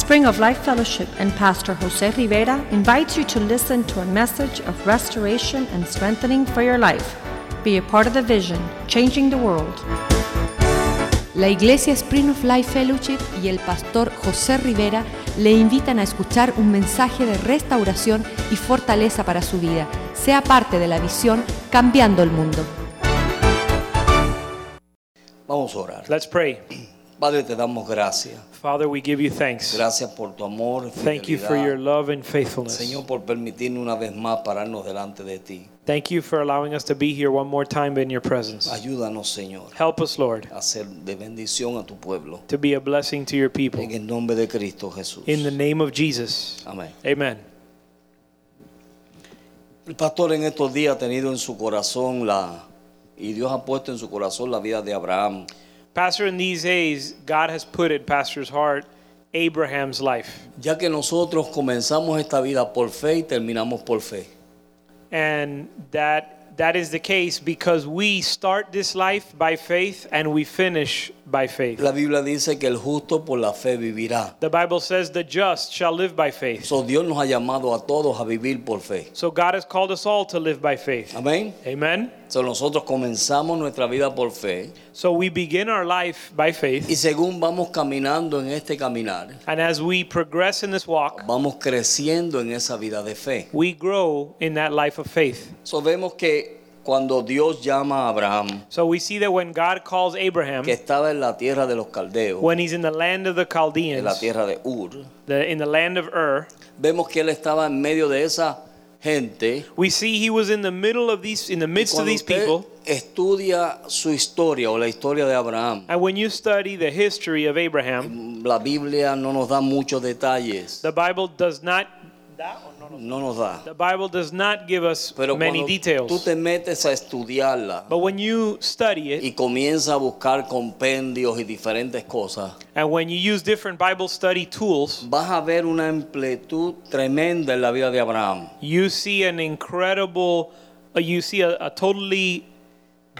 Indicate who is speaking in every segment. Speaker 1: Spring of Life Fellowship and Pastor Jose Rivera invites you to listen to a message of restoration and strengthening for your life. Be a part of the vision, changing the world.
Speaker 2: La Iglesia Spring of Life Fellowship y el pastor José Rivera le invitan a escuchar un mensaje de restauración y fortaleza para su vida. Sea parte de la visión Cambiando el Mundo.
Speaker 3: Vamos a orar.
Speaker 4: Let's pray.
Speaker 3: Padre, te damos gracias.
Speaker 4: Father, we give you thanks.
Speaker 3: Gracias por tu amor.
Speaker 4: Thank you for
Speaker 3: fidelidad.
Speaker 4: your love and faithfulness.
Speaker 3: Señor, por permitirnos una vez más pararnos delante de ti.
Speaker 4: Thank you for allowing us to be here one more time in your presence.
Speaker 3: Ayúdanos, Señor,
Speaker 4: Help us, Lord,
Speaker 3: a ser de bendición a tu pueblo.
Speaker 4: to be a blessing to your people.
Speaker 3: En el nombre de Cristo Jesús.
Speaker 4: In the name of Jesus.
Speaker 3: Amén.
Speaker 4: Amen.
Speaker 3: El pastor en estos días ha tenido en su corazón la... Y Dios ha puesto en su corazón la vida de Abraham.
Speaker 4: Pastor, in these days, God has put in Pastor's heart Abraham's life.
Speaker 3: Ya que nosotros comenzamos esta vida por fe y terminamos por fe.
Speaker 4: And that that is the case because we start this life by faith and we finish by faith.
Speaker 3: La Biblia dice que el justo por la fe vivirá.
Speaker 4: The Bible says the just shall live by faith.
Speaker 3: So, Dios nos ha llamado a todos a vivir por fe.
Speaker 4: So God has called us all to live by faith.
Speaker 3: Amén.
Speaker 4: Amen.
Speaker 3: So, nosotros comenzamos nuestra vida por fe
Speaker 4: So we begin our life by
Speaker 3: y
Speaker 4: faith,
Speaker 3: según vamos caminando en este caminar,
Speaker 4: and as we progress in this walk,
Speaker 3: vamos creciendo en esa vida de fe.
Speaker 4: we grow in that life of faith.
Speaker 3: So, vemos que cuando Dios llama a Abraham,
Speaker 4: So we see that when God calls Abraham,
Speaker 3: que estaba en la tierra de los caldeos,
Speaker 4: when he's in the land of the
Speaker 3: en la
Speaker 4: Chaldeans,
Speaker 3: tierra de Ur,
Speaker 4: the, in the land of Ur,
Speaker 3: vemos que él estaba en medio de esa gente.
Speaker 4: we see he was in the middle of these, in the midst of
Speaker 3: Cuando
Speaker 4: these
Speaker 3: usted
Speaker 4: people.
Speaker 3: estudia su historia o la historia de Abraham,
Speaker 4: And when you study the history of Abraham,
Speaker 3: la Biblia no nos da muchos detalles,
Speaker 4: the Bible does not,
Speaker 3: no nos da.
Speaker 4: the Bible does not give us
Speaker 3: Pero
Speaker 4: many
Speaker 3: cuando tú
Speaker 4: details.
Speaker 3: te metes a estudiarla,
Speaker 4: But when you study it,
Speaker 3: y comienza a buscar compendios y diferentes cosas,
Speaker 4: and when you use different Bible study tools,
Speaker 3: vas a ver una amplitud tremenda en la vida de Abraham.
Speaker 4: you see an incredible uh, you see a, a totally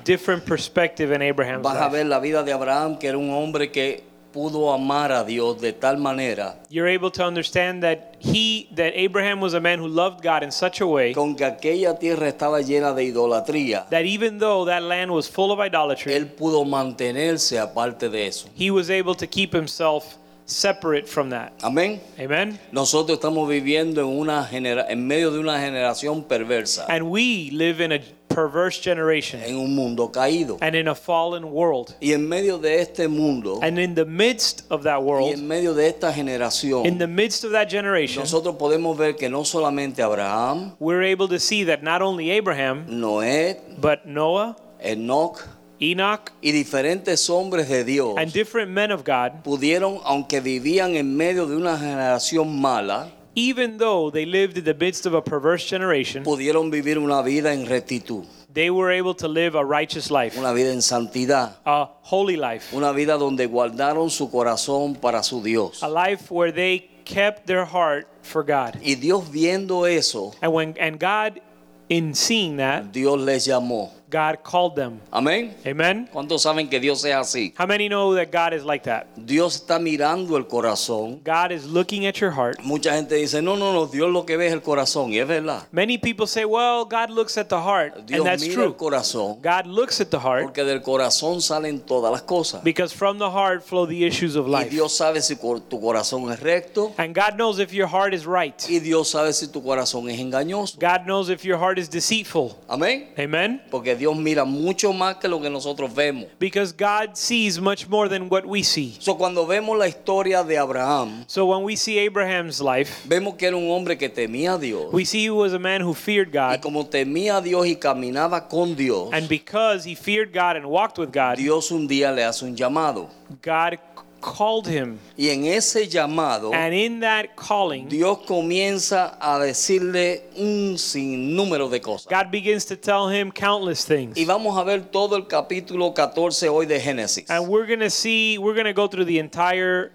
Speaker 4: different perspective in abraham's
Speaker 3: Vas a
Speaker 4: life
Speaker 3: ver la vida de Abraham, que era un hombre que pudo amar a Dios de tal manera
Speaker 4: you're able to understand that he that abraham was a man who loved god in such a way
Speaker 3: con que aquella tierra estaba llena de idolatría.
Speaker 4: that even though that land was full of idolatry
Speaker 3: Él pudo mantenerse aparte de eso.
Speaker 4: he was able to keep himself separate from that
Speaker 3: Amén.
Speaker 4: amen
Speaker 3: Nosotros estamos viviendo en, una genera- en medio de una generación perversa,
Speaker 4: and we live in a perverse generation
Speaker 3: en un mundo caído.
Speaker 4: and in a fallen world
Speaker 3: Y en medio de este mundo,
Speaker 4: and in the midst of that
Speaker 3: y
Speaker 4: world
Speaker 3: en medio de esta generación,
Speaker 4: in the midst of that generation
Speaker 3: Nosotros podemos ver que no solamente Abraham,
Speaker 4: we're able to see that not only abraham
Speaker 3: Noé,
Speaker 4: But Noah,
Speaker 3: Enoch
Speaker 4: Enoch,
Speaker 3: y diferentes hombres de Dios
Speaker 4: and different men of God,
Speaker 3: pudieron, aunque vivían en medio de una generación mala,
Speaker 4: even though they lived in the midst of a perverse generation,
Speaker 3: pudieron vivir una vida en rectitud,
Speaker 4: they were able to live a righteous life,
Speaker 3: una vida en santidad,
Speaker 4: a holy life,
Speaker 3: una vida donde guardaron su corazón para su Dios.
Speaker 4: a life where they kept their heart for God.
Speaker 3: Y Dios viendo eso,
Speaker 4: And when and God in seeing that,
Speaker 3: Dios les llamó.
Speaker 4: God called them.
Speaker 3: Amén.
Speaker 4: Amen.
Speaker 3: ¿Cuántos saben que Dios es así?
Speaker 4: How many know that God is like that?
Speaker 3: Dios está mirando el corazón.
Speaker 4: God is looking at your heart.
Speaker 3: Mucha gente dice, no, no, no, Dios lo que ve es el corazón. Y es verdad.
Speaker 4: Many people say, "Well, God looks at the heart."
Speaker 3: Dios
Speaker 4: And that's
Speaker 3: mira el
Speaker 4: true.
Speaker 3: corazón,
Speaker 4: God looks at the heart
Speaker 3: porque del corazón salen todas las cosas.
Speaker 4: because from the heart flow the issues of
Speaker 3: Y
Speaker 4: life.
Speaker 3: Dios sabe si cor- tu corazón es recto,
Speaker 4: And God knows if your heart is right.
Speaker 3: y Dios sabe si tu corazón es engañoso.
Speaker 4: God knows if your heart is deceitful.
Speaker 3: Amén.
Speaker 4: Amen?
Speaker 3: Porque Dios mira mucho más que lo que nosotros vemos.
Speaker 4: Because God sees much more than what we see.
Speaker 3: So, cuando vemos la historia de Abraham,
Speaker 4: So when we see Abraham's life,
Speaker 3: vemos que era un hombre que temía a Dios.
Speaker 4: we see he was a man who feared
Speaker 3: Y
Speaker 4: God.
Speaker 3: como temía a Dios y caminaba con Dios,
Speaker 4: And because he feared God and walked with God,
Speaker 3: Dios un día le hace un llamado.
Speaker 4: God c- called him.
Speaker 3: Y en ese llamado,
Speaker 4: And in that calling,
Speaker 3: Dios comienza a decirle un sinnúmero de cosas.
Speaker 4: God begins to tell him countless things.
Speaker 3: Y vamos a ver todo el capítulo 14 hoy de Génesis.
Speaker 4: And we're going to see, we're going to go through the entire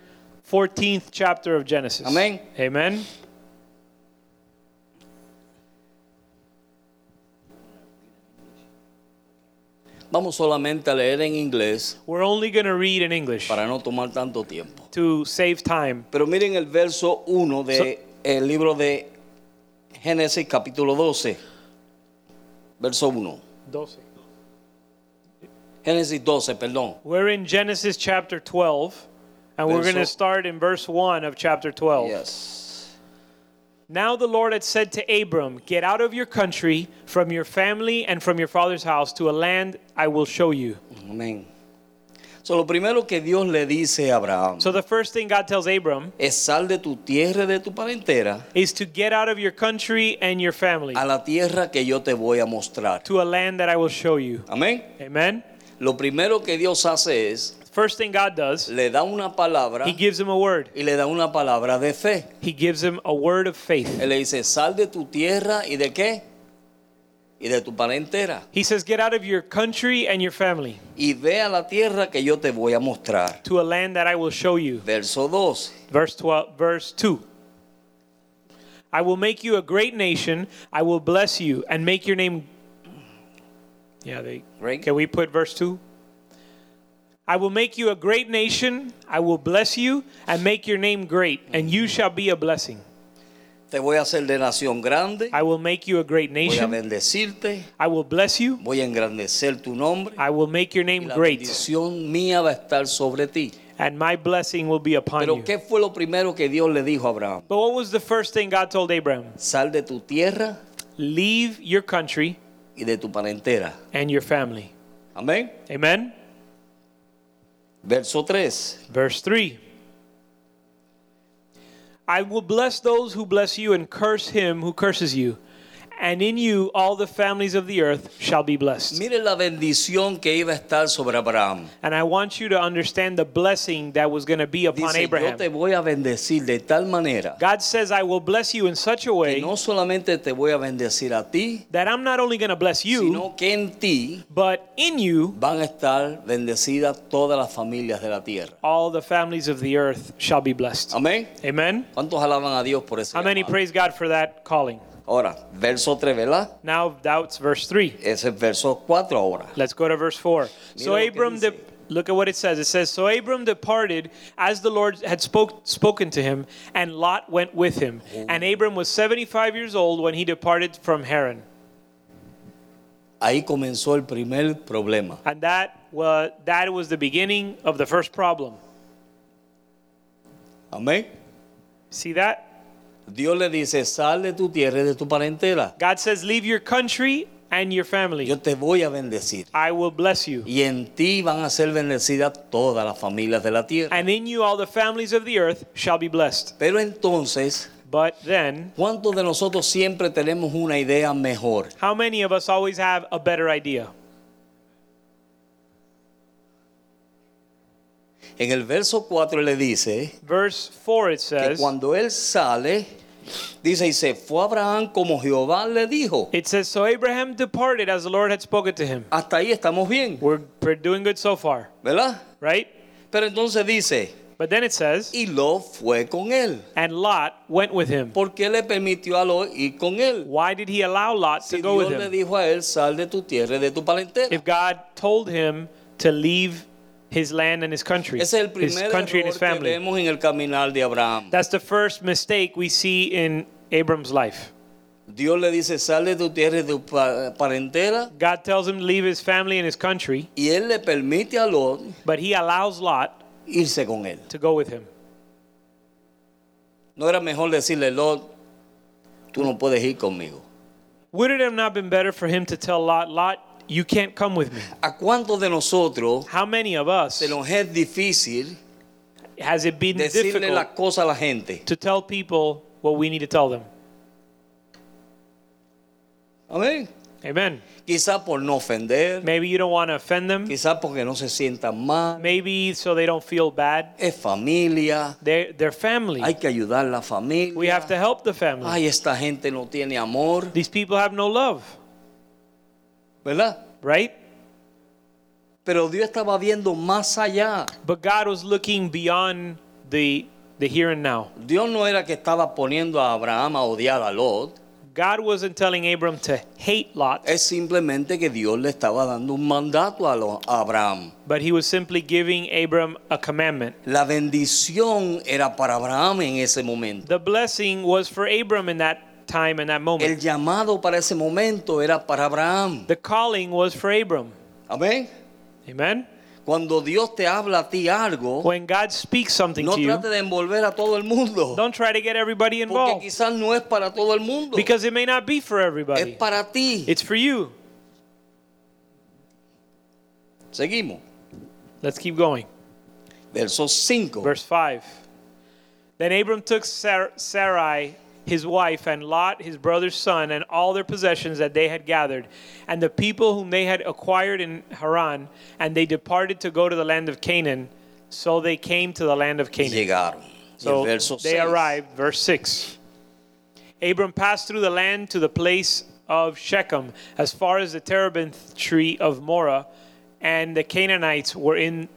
Speaker 4: 14th chapter of Genesis.
Speaker 3: Amén.
Speaker 4: Amen.
Speaker 3: Vamos solamente a leer en inglés
Speaker 4: We're only going to read in English
Speaker 3: para no tomar tanto tiempo.
Speaker 4: to save time.
Speaker 3: Pero miren el verso 1 del libro de Génesis capítulo 12. Verso 1. Génesis 12, perdón.
Speaker 4: We're in Genesis chapter 12, and we're
Speaker 3: Verso-
Speaker 4: going to start in verse 1 of chapter 12.
Speaker 3: Yes.
Speaker 4: Now the Lord had said to Abram, Get out of your country, from your family, and from your father's house to a land I will show you.
Speaker 3: Amén. So, lo primero que Dios le dice a Abraham
Speaker 4: So the first thing God tells Abram
Speaker 3: es sal de tu tierra y de tu parentela
Speaker 4: is to get out of your country and your family
Speaker 3: a la tierra que yo te voy a mostrar.
Speaker 4: to a land that I will show you.
Speaker 3: Amén.
Speaker 4: Amen.
Speaker 3: Lo primero que Dios hace es
Speaker 4: First thing God does,
Speaker 3: le da una palabra
Speaker 4: He gives him a word.
Speaker 3: y le da una palabra de fe.
Speaker 4: He gives him a word of faith.
Speaker 3: Él le dice, sal de tu tierra y de qué? Y de tu parentela.
Speaker 4: He says, Get out of your country and your family
Speaker 3: Y ve a la tierra que yo te voy a mostrar.
Speaker 4: to a land that I will show you.
Speaker 3: Verso 2.
Speaker 4: Verse 12, verse 2. I will make you a great nation. I will bless you and make your name. Yeah, they.
Speaker 3: Great.
Speaker 4: Can we put verse 2? I will make you a great nation. I will bless you and make your name great, and you shall be a blessing.
Speaker 3: Te voy a hacer de nación grande.
Speaker 4: I will make you a great
Speaker 3: Voy a
Speaker 4: nation.
Speaker 3: bendecirte.
Speaker 4: I will bless you.
Speaker 3: Voy a engrandecer tu nombre.
Speaker 4: I will make your
Speaker 3: Y
Speaker 4: name
Speaker 3: la
Speaker 4: great,
Speaker 3: bendición mía va a estar sobre ti.
Speaker 4: and my blessing will be upon
Speaker 3: Pero
Speaker 4: you.
Speaker 3: ¿qué fue lo primero que Dios le dijo a Abraham?
Speaker 4: But what was the first thing God told Abraham?
Speaker 3: Sal de tu tierra
Speaker 4: Leave your country
Speaker 3: y de tu parentela.
Speaker 4: and your family.
Speaker 3: Amén.
Speaker 4: Amen.
Speaker 3: Verso 3.
Speaker 4: Verse 3 I will bless those who bless you and curse him who curses you, and in you all the families of the earth shall be blessed.
Speaker 3: Mire la bendición que iba a estar sobre Abraham.
Speaker 4: And I want you to understand the blessing that was going to be upon
Speaker 3: Dice, yo te
Speaker 4: Abraham.
Speaker 3: voy a bendecir de tal manera
Speaker 4: God says, I will bless you in such a
Speaker 3: que
Speaker 4: way
Speaker 3: no solamente te voy a bendecir a ti,
Speaker 4: that I'm not only going to bless you,
Speaker 3: sino que en ti
Speaker 4: but in you
Speaker 3: van a estar bendecidas todas las familias de la tierra.
Speaker 4: all the families of the earth shall be blessed.
Speaker 3: Amén.
Speaker 4: Amen.
Speaker 3: ¿Cuántos alaban a Dios por eso?
Speaker 4: How many praise God for that calling?
Speaker 3: Ahora, verso 3, ¿verdad?
Speaker 4: Now that's verse 3.
Speaker 3: Ese es verso 4 ahora.
Speaker 4: Let's go to verse 4. So
Speaker 3: lo que
Speaker 4: Abram de-
Speaker 3: dice.
Speaker 4: look at what it says. It says so Abram departed as the Lord had spoke, spoken to him and Lot went with him.
Speaker 3: Oh.
Speaker 4: And Abram was 75 years old when he departed from Haran.
Speaker 3: Ahí comenzó el primer problema.
Speaker 4: And that was that was the beginning of the first problem.
Speaker 3: Amén.
Speaker 4: See that?
Speaker 3: Dios le dice, sal de tu tierra y de tu parentela.
Speaker 4: God says leave your country and your family.
Speaker 3: Yo te voy a bendecir.
Speaker 4: I will bless you.
Speaker 3: Y en ti van a ser bendecidas todas las familias de la tierra.
Speaker 4: And in you all the families of the earth shall be blessed.
Speaker 3: Pero entonces,
Speaker 4: But then
Speaker 3: ¿cuántos de nosotros siempre tenemos una idea mejor?
Speaker 4: How many of us always have a better idea?
Speaker 3: En el verso 4 le dice
Speaker 4: Verse 4 it
Speaker 3: que
Speaker 4: says,
Speaker 3: cuando él sale, dice, y se fue Abraham como Jehová le dijo.
Speaker 4: It says, So Abraham departed as the Lord had spoken to him.
Speaker 3: Hasta ahí estamos bien,
Speaker 4: We're, we're doing good so far,
Speaker 3: ¿verdad?
Speaker 4: right?
Speaker 3: Pero entonces dice,
Speaker 4: But then it says,
Speaker 3: y Lot fue con él.
Speaker 4: And Lot went with him.
Speaker 3: ¿Por qué le permitió a Lot ir con él?
Speaker 4: Why did he allow Lot
Speaker 3: Si
Speaker 4: to go with
Speaker 3: Dios le
Speaker 4: him?
Speaker 3: dijo a él, sal de tu tierra y de tu parentela.
Speaker 4: If God told him to leave his land and his country,
Speaker 3: Ese es el
Speaker 4: his
Speaker 3: primer
Speaker 4: country and his
Speaker 3: error que
Speaker 4: family.
Speaker 3: vemos en el caminar de Abraham.
Speaker 4: That's the first mistake we see in Abram's life.
Speaker 3: Dios le dice, sal de tu tierra y de tu pa- parentela.
Speaker 4: God tells him to leave his family and his country,
Speaker 3: Y él le permite a Lot
Speaker 4: but he allows Lot
Speaker 3: irse con él.
Speaker 4: to go with him.
Speaker 3: No era mejor decirle, Lot, tú no puedes ir conmigo.
Speaker 4: Would it have not been better for him to tell Lot, Lot, you can't come with me?
Speaker 3: ¿A cuántos de nosotros
Speaker 4: How many of us
Speaker 3: se nos es difícil
Speaker 4: has it been
Speaker 3: decirle las
Speaker 4: difficult
Speaker 3: cosas a la gente?
Speaker 4: to tell people what we need to tell them?
Speaker 3: Amén.
Speaker 4: Amen.
Speaker 3: Quizás por no ofender,
Speaker 4: Maybe you don't want to offend them.
Speaker 3: quizás porque no se sientan mal.
Speaker 4: Maybe so they don't feel bad.
Speaker 3: Es familia,
Speaker 4: They're, they're family.
Speaker 3: hay que ayudar a la familia.
Speaker 4: We have to help the family.
Speaker 3: Ay, esta gente no tiene amor,
Speaker 4: These people have no love,
Speaker 3: ¿verdad?
Speaker 4: right?
Speaker 3: Pero Dios estaba viendo más allá.
Speaker 4: But God was looking beyond the the here and now.
Speaker 3: Dios no era que estaba poniendo a Abraham a odiar a Lot.
Speaker 4: God wasn't telling Abram to hate Lot,
Speaker 3: Es simplemente que Dios le estaba dando un mandato a, lo- a Abraham.
Speaker 4: but he was simply giving Abram a commandment.
Speaker 3: La bendición era para Abraham en ese momento.
Speaker 4: The blessing was for Abram in that time and
Speaker 3: El
Speaker 4: that moment.
Speaker 3: llamado para ese momento era para Abraham.
Speaker 4: The calling was for Abram.
Speaker 3: Amén.
Speaker 4: Amen.
Speaker 3: Cuando Dios te habla a ti algo,
Speaker 4: When God speaks something
Speaker 3: no
Speaker 4: to you,
Speaker 3: trate de envolver a todo el mundo.
Speaker 4: don't try to get everybody
Speaker 3: Porque
Speaker 4: involved
Speaker 3: quizás no es para todo el mundo.
Speaker 4: because it may not be for
Speaker 3: Es
Speaker 4: everybody.
Speaker 3: para ti.
Speaker 4: It's for you.
Speaker 3: Seguimos.
Speaker 4: Let's keep going.
Speaker 3: Verso 5.
Speaker 4: Verse 5. Then Abram took Sar- Sarai, his wife, and Lot, his brother's son, and all their possessions that they had gathered, and the people whom they had acquired in Haran, and they departed to go to the land of Canaan. So they came to the land of Canaan.
Speaker 3: Llegaron. Y
Speaker 4: So
Speaker 3: el verso
Speaker 4: they
Speaker 3: 6.
Speaker 4: arrived, verse 6. Abram passed through the land to the place of Shechem, as far as the terebinth tree of Morah, and the Canaanites were in,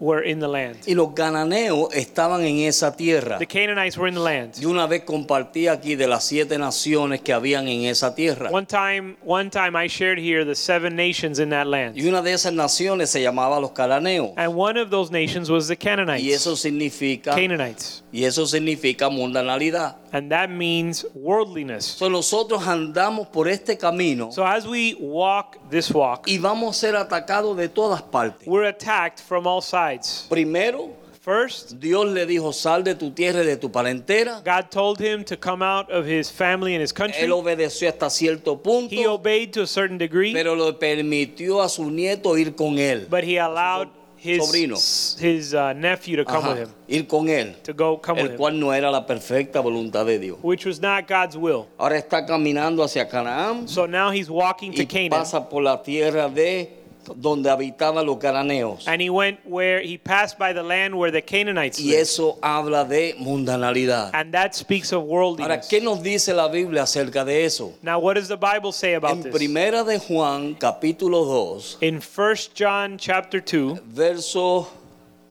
Speaker 4: were in the land.
Speaker 3: Y los cananeos estaban en esa tierra.
Speaker 4: The Canaanites were in the land.
Speaker 3: Yo una vez compartí aquí de las siete naciones que habían en esa tierra.
Speaker 4: One time, one time I shared here the seven nations in that land.
Speaker 3: Y una de esas naciones se llamaba los cananeos.
Speaker 4: And one of those nations was the
Speaker 3: Y eso
Speaker 4: Canaanites,
Speaker 3: significa
Speaker 4: Canaanites.
Speaker 3: y eso significa mundanalidad.
Speaker 4: And that means worldliness.
Speaker 3: So, nosotros andamos por este camino
Speaker 4: So as we walk this walk,
Speaker 3: y vamos a ser atacados de todas partes.
Speaker 4: we're attacked from all sides.
Speaker 3: Primero,
Speaker 4: First,
Speaker 3: Dios le dijo, sal de tu tierra y de tu parentela.
Speaker 4: God told him to come out of his family and his country.
Speaker 3: Él obedeció hasta cierto
Speaker 4: He
Speaker 3: punto,
Speaker 4: obeyed to a certain degree,
Speaker 3: pero le permitió a su nieto ir con él.
Speaker 4: but he allowed
Speaker 3: Sobrino.
Speaker 4: his, his uh, nephew to come
Speaker 3: Ajá,
Speaker 4: with him,
Speaker 3: ir con él,
Speaker 4: to go come with
Speaker 3: el
Speaker 4: him,
Speaker 3: cual no era la perfecta voluntad de Dios.
Speaker 4: which was not God's will.
Speaker 3: Ahora está caminando hacia Canaán
Speaker 4: So now he's walking to
Speaker 3: y
Speaker 4: Canaan.
Speaker 3: pasa por la tierra de donde habitaban los cananeos.
Speaker 4: And he went where he passed by the land where the Canaanites
Speaker 3: Y
Speaker 4: lived.
Speaker 3: eso habla de mundanalidad.
Speaker 4: And that speaks of
Speaker 3: Ahora,
Speaker 4: worldliness.
Speaker 3: ¿qué nos dice la Biblia acerca de eso?
Speaker 4: Now, what does the Bible say about
Speaker 3: En
Speaker 4: this?
Speaker 3: Primera de Juan, capítulo 2,
Speaker 4: In 1 John chapter 2,
Speaker 3: versos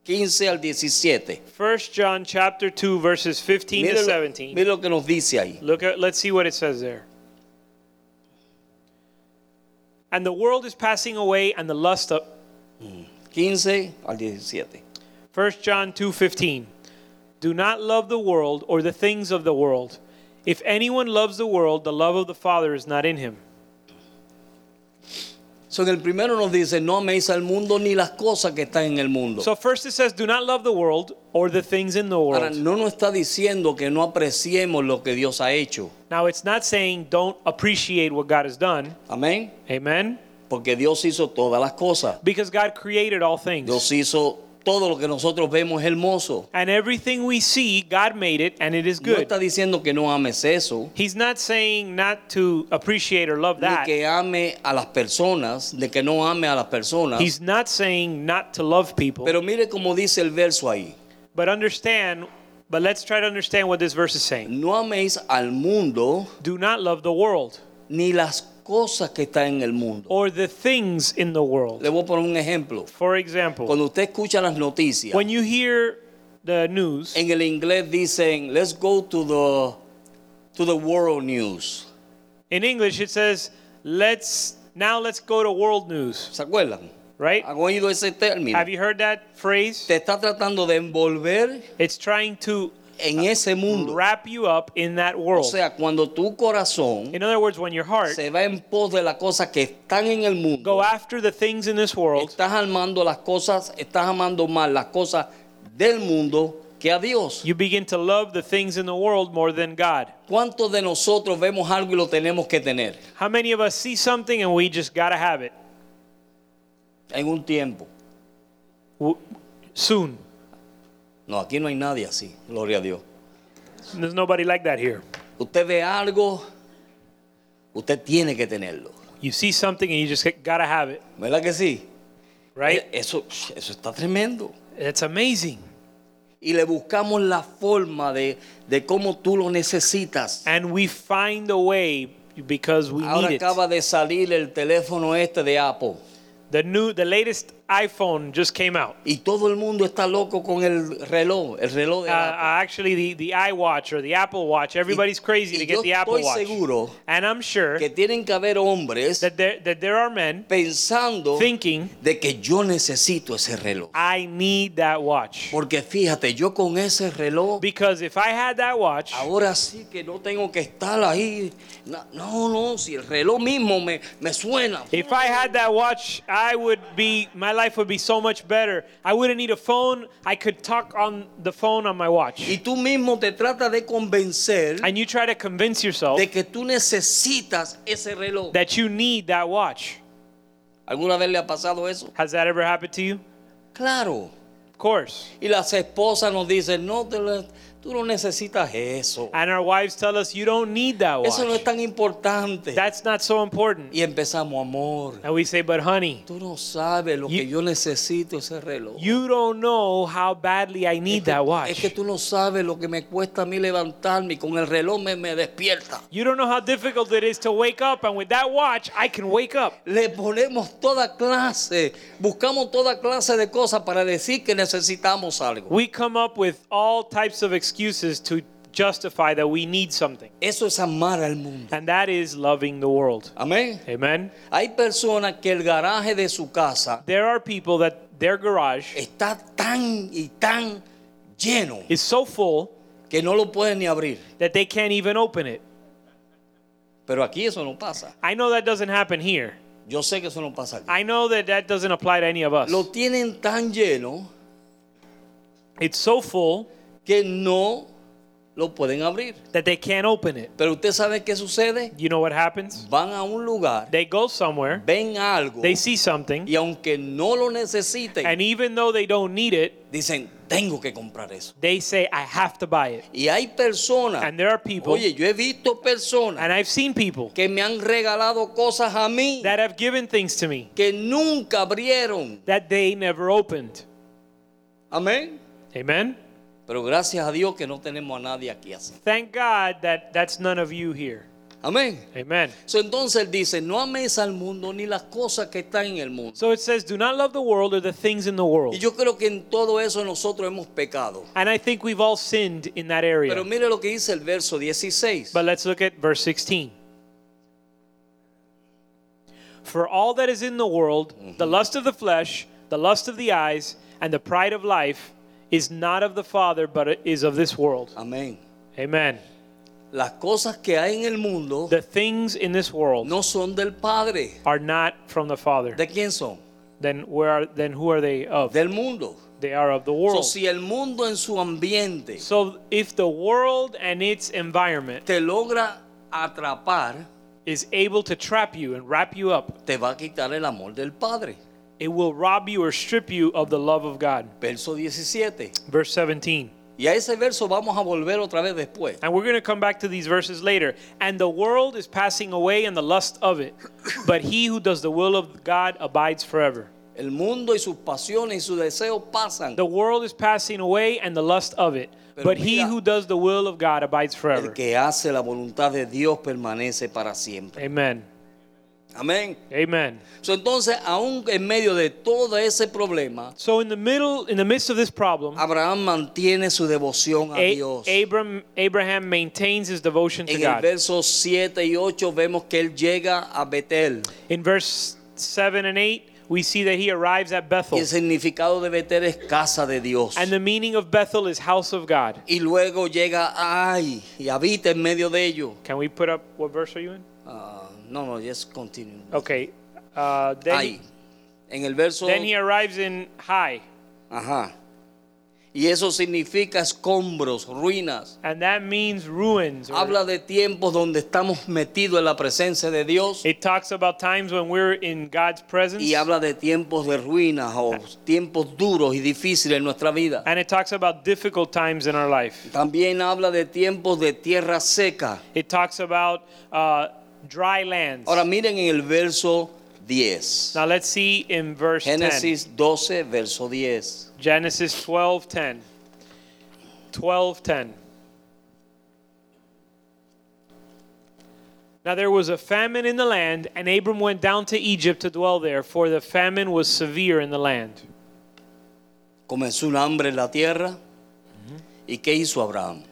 Speaker 3: 15 al 17.
Speaker 4: 1 John chapter 2, verses 15 to
Speaker 3: Mira lo,
Speaker 4: 17.
Speaker 3: mira lo que nos dice ahí.
Speaker 4: Look at, let's see what it says there. And the world is passing away and the lust of
Speaker 3: 15 al 17.
Speaker 4: 1 John 2:15 Do not love the world or the things of the world. If anyone loves the world, the love of the Father is not in him.
Speaker 3: So, en el primero nos dice, no améis al mundo ni las cosas que están en el mundo.
Speaker 4: So first it says, do not love the world or the things in the
Speaker 3: Ahora,
Speaker 4: world.
Speaker 3: no nos está diciendo que no apreciemos lo que Dios ha hecho.
Speaker 4: Now it's not saying don't appreciate what God has done.
Speaker 3: Amén.
Speaker 4: Amen.
Speaker 3: Porque Dios hizo todas las cosas.
Speaker 4: Because God created all things.
Speaker 3: Dios hizo todo lo que nosotros vemos hermoso.
Speaker 4: And everything we see, God made it and it is
Speaker 3: No
Speaker 4: good.
Speaker 3: está diciendo que no ames eso,
Speaker 4: He's not saying not to appreciate or love
Speaker 3: ni
Speaker 4: that.
Speaker 3: que ame a las personas, de que no ame a las personas.
Speaker 4: He's not saying not to love people.
Speaker 3: Pero mire cómo dice el verso ahí.
Speaker 4: But understand, but let's try to understand what this verse is saying.
Speaker 3: No améis al mundo
Speaker 4: Do not love the world
Speaker 3: ni las cosas que están en el mundo.
Speaker 4: or the things in the
Speaker 3: Le
Speaker 4: world.
Speaker 3: voy a poner un ejemplo.
Speaker 4: For example,
Speaker 3: Cuando usted escucha las noticias,
Speaker 4: when you hear the news,
Speaker 3: en el inglés dicen, let's go to the, to the world news.
Speaker 4: In English, it says, "Let's now let's go to world news."
Speaker 3: ¿Se acuerdan?
Speaker 4: Right?
Speaker 3: ¿Han oído ese término?
Speaker 4: Have you heard that phrase?
Speaker 3: Te está tratando de envolver
Speaker 4: It's trying to
Speaker 3: en ese mundo.
Speaker 4: wrap you up in that
Speaker 3: O
Speaker 4: world.
Speaker 3: sea, cuando tu corazón
Speaker 4: In other words, when your heart
Speaker 3: se va en pos de las cosas que están en el mundo,
Speaker 4: go after the things in this world,
Speaker 3: estás amando las cosas, estás amando más las cosas del mundo que a Dios.
Speaker 4: you begin to love the things in the world more than God.
Speaker 3: ¿Cuántos de nosotros vemos algo y lo tenemos que tener
Speaker 4: How many of us see something and we just gotta have it
Speaker 3: en un tiempo?
Speaker 4: W- soon?
Speaker 3: No, aquí no hay nadie así, gloria a Dios.
Speaker 4: There's nobody like that here.
Speaker 3: Usted ve algo, usted tiene que tenerlo.
Speaker 4: You see something and you just gotta have it,
Speaker 3: ¿Verdad que sí?
Speaker 4: right?
Speaker 3: Eso, eso está tremendo.
Speaker 4: It's amazing.
Speaker 3: Y le buscamos la forma de, de cómo tú lo necesitas.
Speaker 4: And we find a way because we
Speaker 3: Ahora
Speaker 4: need it.
Speaker 3: acaba de salir el teléfono este de Apple.
Speaker 4: The new, the latest iPhone just came out.
Speaker 3: Y todo el mundo está loco con el reloj, el reloj
Speaker 4: Uh,
Speaker 3: de
Speaker 4: uh,
Speaker 3: Apple.
Speaker 4: actually, the, the iWatch or the Apple Watch, everybody's crazy
Speaker 3: y
Speaker 4: to
Speaker 3: yo
Speaker 4: get the Apple
Speaker 3: estoy
Speaker 4: Watch.
Speaker 3: seguro
Speaker 4: and I'm sure
Speaker 3: Que tienen que haber hombres
Speaker 4: ah, that there, that there are men
Speaker 3: pensando
Speaker 4: thinking,
Speaker 3: de que yo necesito ese reloj.
Speaker 4: I need that watch.
Speaker 3: Porque fíjate, yo con ese reloj
Speaker 4: Because if I had that watch,
Speaker 3: ahora sí que no tengo que estar ahí. No, no, no, si el reloj mismo me, me suena.
Speaker 4: if I had that watch, I would be, my life would be so much better. I wouldn't need a phone. I could talk on the phone on my watch.
Speaker 3: Y tú mismo te tratas de convencer
Speaker 4: And you try to convince yourself
Speaker 3: de que tú necesitas ese reloj.
Speaker 4: that you need that watch.
Speaker 3: ¿Alguna vez le ha pasado eso?
Speaker 4: Has that ever happened to you?
Speaker 3: Claro.
Speaker 4: Of course.
Speaker 3: Y las esposas nos dicen, no, te lo- tú no necesitas eso.
Speaker 4: And our wives tell us you don't need that
Speaker 3: Eso no es
Speaker 4: watch.
Speaker 3: tan importante.
Speaker 4: That's not so important.
Speaker 3: Y empezamos, amor,
Speaker 4: And we say, but honey,
Speaker 3: tú no sabes lo
Speaker 4: You-
Speaker 3: que yo necesito ese reloj.
Speaker 4: you don't know how badly I
Speaker 3: es
Speaker 4: need
Speaker 3: que,
Speaker 4: that
Speaker 3: es que
Speaker 4: watch.
Speaker 3: tú no sabes lo que me cuesta a mí levantarme y con el reloj me, me despierta.
Speaker 4: You don't know how difficult it is to wake up, and with that watch, I can wake up.
Speaker 3: Le ponemos toda clase, buscamos toda clase de cosas para decir que necesitamos algo.
Speaker 4: We come up with all types of excuses to justify that we need something.
Speaker 3: Eso es amar al mundo.
Speaker 4: And that is loving the world.
Speaker 3: Amén.
Speaker 4: Amen.
Speaker 3: Hay personas que el garaje de su casa
Speaker 4: There are people that their garage
Speaker 3: está tan y tan lleno
Speaker 4: is so full
Speaker 3: que no lo pueden ni abrir.
Speaker 4: that they can't even open it.
Speaker 3: Pero aquí eso no pasa.
Speaker 4: I know that doesn't happen here.
Speaker 3: Yo sé que eso no pasa aquí.
Speaker 4: I know that that doesn't apply to any of us.
Speaker 3: Lo tienen tan lleno
Speaker 4: It's so full
Speaker 3: que no lo pueden abrir.
Speaker 4: that they can't open it.
Speaker 3: Pero usted sabe qué sucede.
Speaker 4: You know what happens?
Speaker 3: Van a un lugar,
Speaker 4: They go somewhere,
Speaker 3: ven algo
Speaker 4: they see something,
Speaker 3: y aunque no lo necesiten,
Speaker 4: and even though they don't need it,
Speaker 3: dicen, tengo que comprar eso.
Speaker 4: they say, I have to buy it.
Speaker 3: Y hay personas,
Speaker 4: And there are people,
Speaker 3: oye, yo he visto personas
Speaker 4: and I've seen people
Speaker 3: que me han regalado cosas a mí
Speaker 4: that have given things to me
Speaker 3: que nunca abrieron.
Speaker 4: that they never opened.
Speaker 3: Amén.
Speaker 4: Amen?
Speaker 3: Pero gracias a Dios que no tenemos a nadie aquí así.
Speaker 4: Thank God that that's none of you here.
Speaker 3: Amén.
Speaker 4: Amen.
Speaker 3: So, entonces él dice, no améis al mundo ni las cosas que están en el mundo.
Speaker 4: So it says, Do not love the world or the things in the
Speaker 3: Y
Speaker 4: world.
Speaker 3: yo creo que en todo eso nosotros hemos pecado.
Speaker 4: And I think we've all sinned in that
Speaker 3: Pero
Speaker 4: area.
Speaker 3: mire lo que dice el verso 16.
Speaker 4: But let's look at verse 16. For all that is in the world, the lust of the flesh, the lust of the eyes, and the pride of life is not of the Father, but is of this world.
Speaker 3: Amén.
Speaker 4: Amen.
Speaker 3: Las cosas que hay en el mundo
Speaker 4: The things in this world
Speaker 3: no son del Padre.
Speaker 4: are not from the Father.
Speaker 3: ¿De quién son?
Speaker 4: Then where are, then who are they of?
Speaker 3: Del mundo.
Speaker 4: They are of the
Speaker 3: So,
Speaker 4: world.
Speaker 3: si el mundo en su ambiente
Speaker 4: So if the world and its environment
Speaker 3: te logra atrapar,
Speaker 4: is able to trap you and wrap you up,
Speaker 3: te va a quitar el amor del Padre.
Speaker 4: it will rob you or strip you of the love of God.
Speaker 3: Verso 17.
Speaker 4: Verse 17.
Speaker 3: Y a ese verso vamos a volver otra vez después.
Speaker 4: And we're going to come back to these verses later. And the world is passing away and the lust of it, but he who does the will of God abides forever.
Speaker 3: El mundo y sus pasiones y sus deseos pasan.
Speaker 4: The world is passing away and the lust of it,
Speaker 3: Pero
Speaker 4: but he
Speaker 3: mira-
Speaker 4: who does the will of God abides
Speaker 3: El
Speaker 4: forever.
Speaker 3: que hace la voluntad de Dios permanece para siempre.
Speaker 4: Amen.
Speaker 3: Amén.
Speaker 4: Amen.
Speaker 3: So, entonces, aún en medio de todo ese problema,
Speaker 4: So in the middle in the midst of this problem,
Speaker 3: Abraham mantiene su devoción a
Speaker 4: A-
Speaker 3: Dios.
Speaker 4: Abram, Abraham maintains his devotion to
Speaker 3: En el
Speaker 4: God.
Speaker 3: verso 7 y 8 vemos que él llega a Betel.
Speaker 4: In verse 7 and 8, we see that he arrives at
Speaker 3: Y
Speaker 4: Bethel.
Speaker 3: el significado de Betel es casa de Dios.
Speaker 4: And the meaning of Bethel is house of God.
Speaker 3: Y luego llega a Ai y habita en medio de ellos.
Speaker 4: Can we put up what verse are you in?
Speaker 3: Ah, no, no, just continue.
Speaker 4: Okay. Uh, then,
Speaker 3: Ai. En el verso
Speaker 4: then he arrives in High.
Speaker 3: Ajá. Y eso significa escombros, ruinas.
Speaker 4: And that means ruins. or-
Speaker 3: Habla de tiempos donde estamos metidos en la presencia de Dios
Speaker 4: it talks about times when we're in God's presence.
Speaker 3: y habla de tiempos de ruinas o tiempos duros y difíciles en nuestra vida.
Speaker 4: And it talks about difficult times in our life.
Speaker 3: También habla de tiempos de tierra seca.
Speaker 4: It talks about uh, dry lands.
Speaker 3: Ahora miren en el verso 10.
Speaker 4: now let's see in verse 10.
Speaker 3: Génesis 12, verso 10.
Speaker 4: Genesis 12:10. 12:10. Now there was a famine in the land, and Abram went down to Egypt to dwell there, for the famine was severe in the land.
Speaker 3: Comenzó un hambre en la tierra. ¿Y qué hizo Abraham?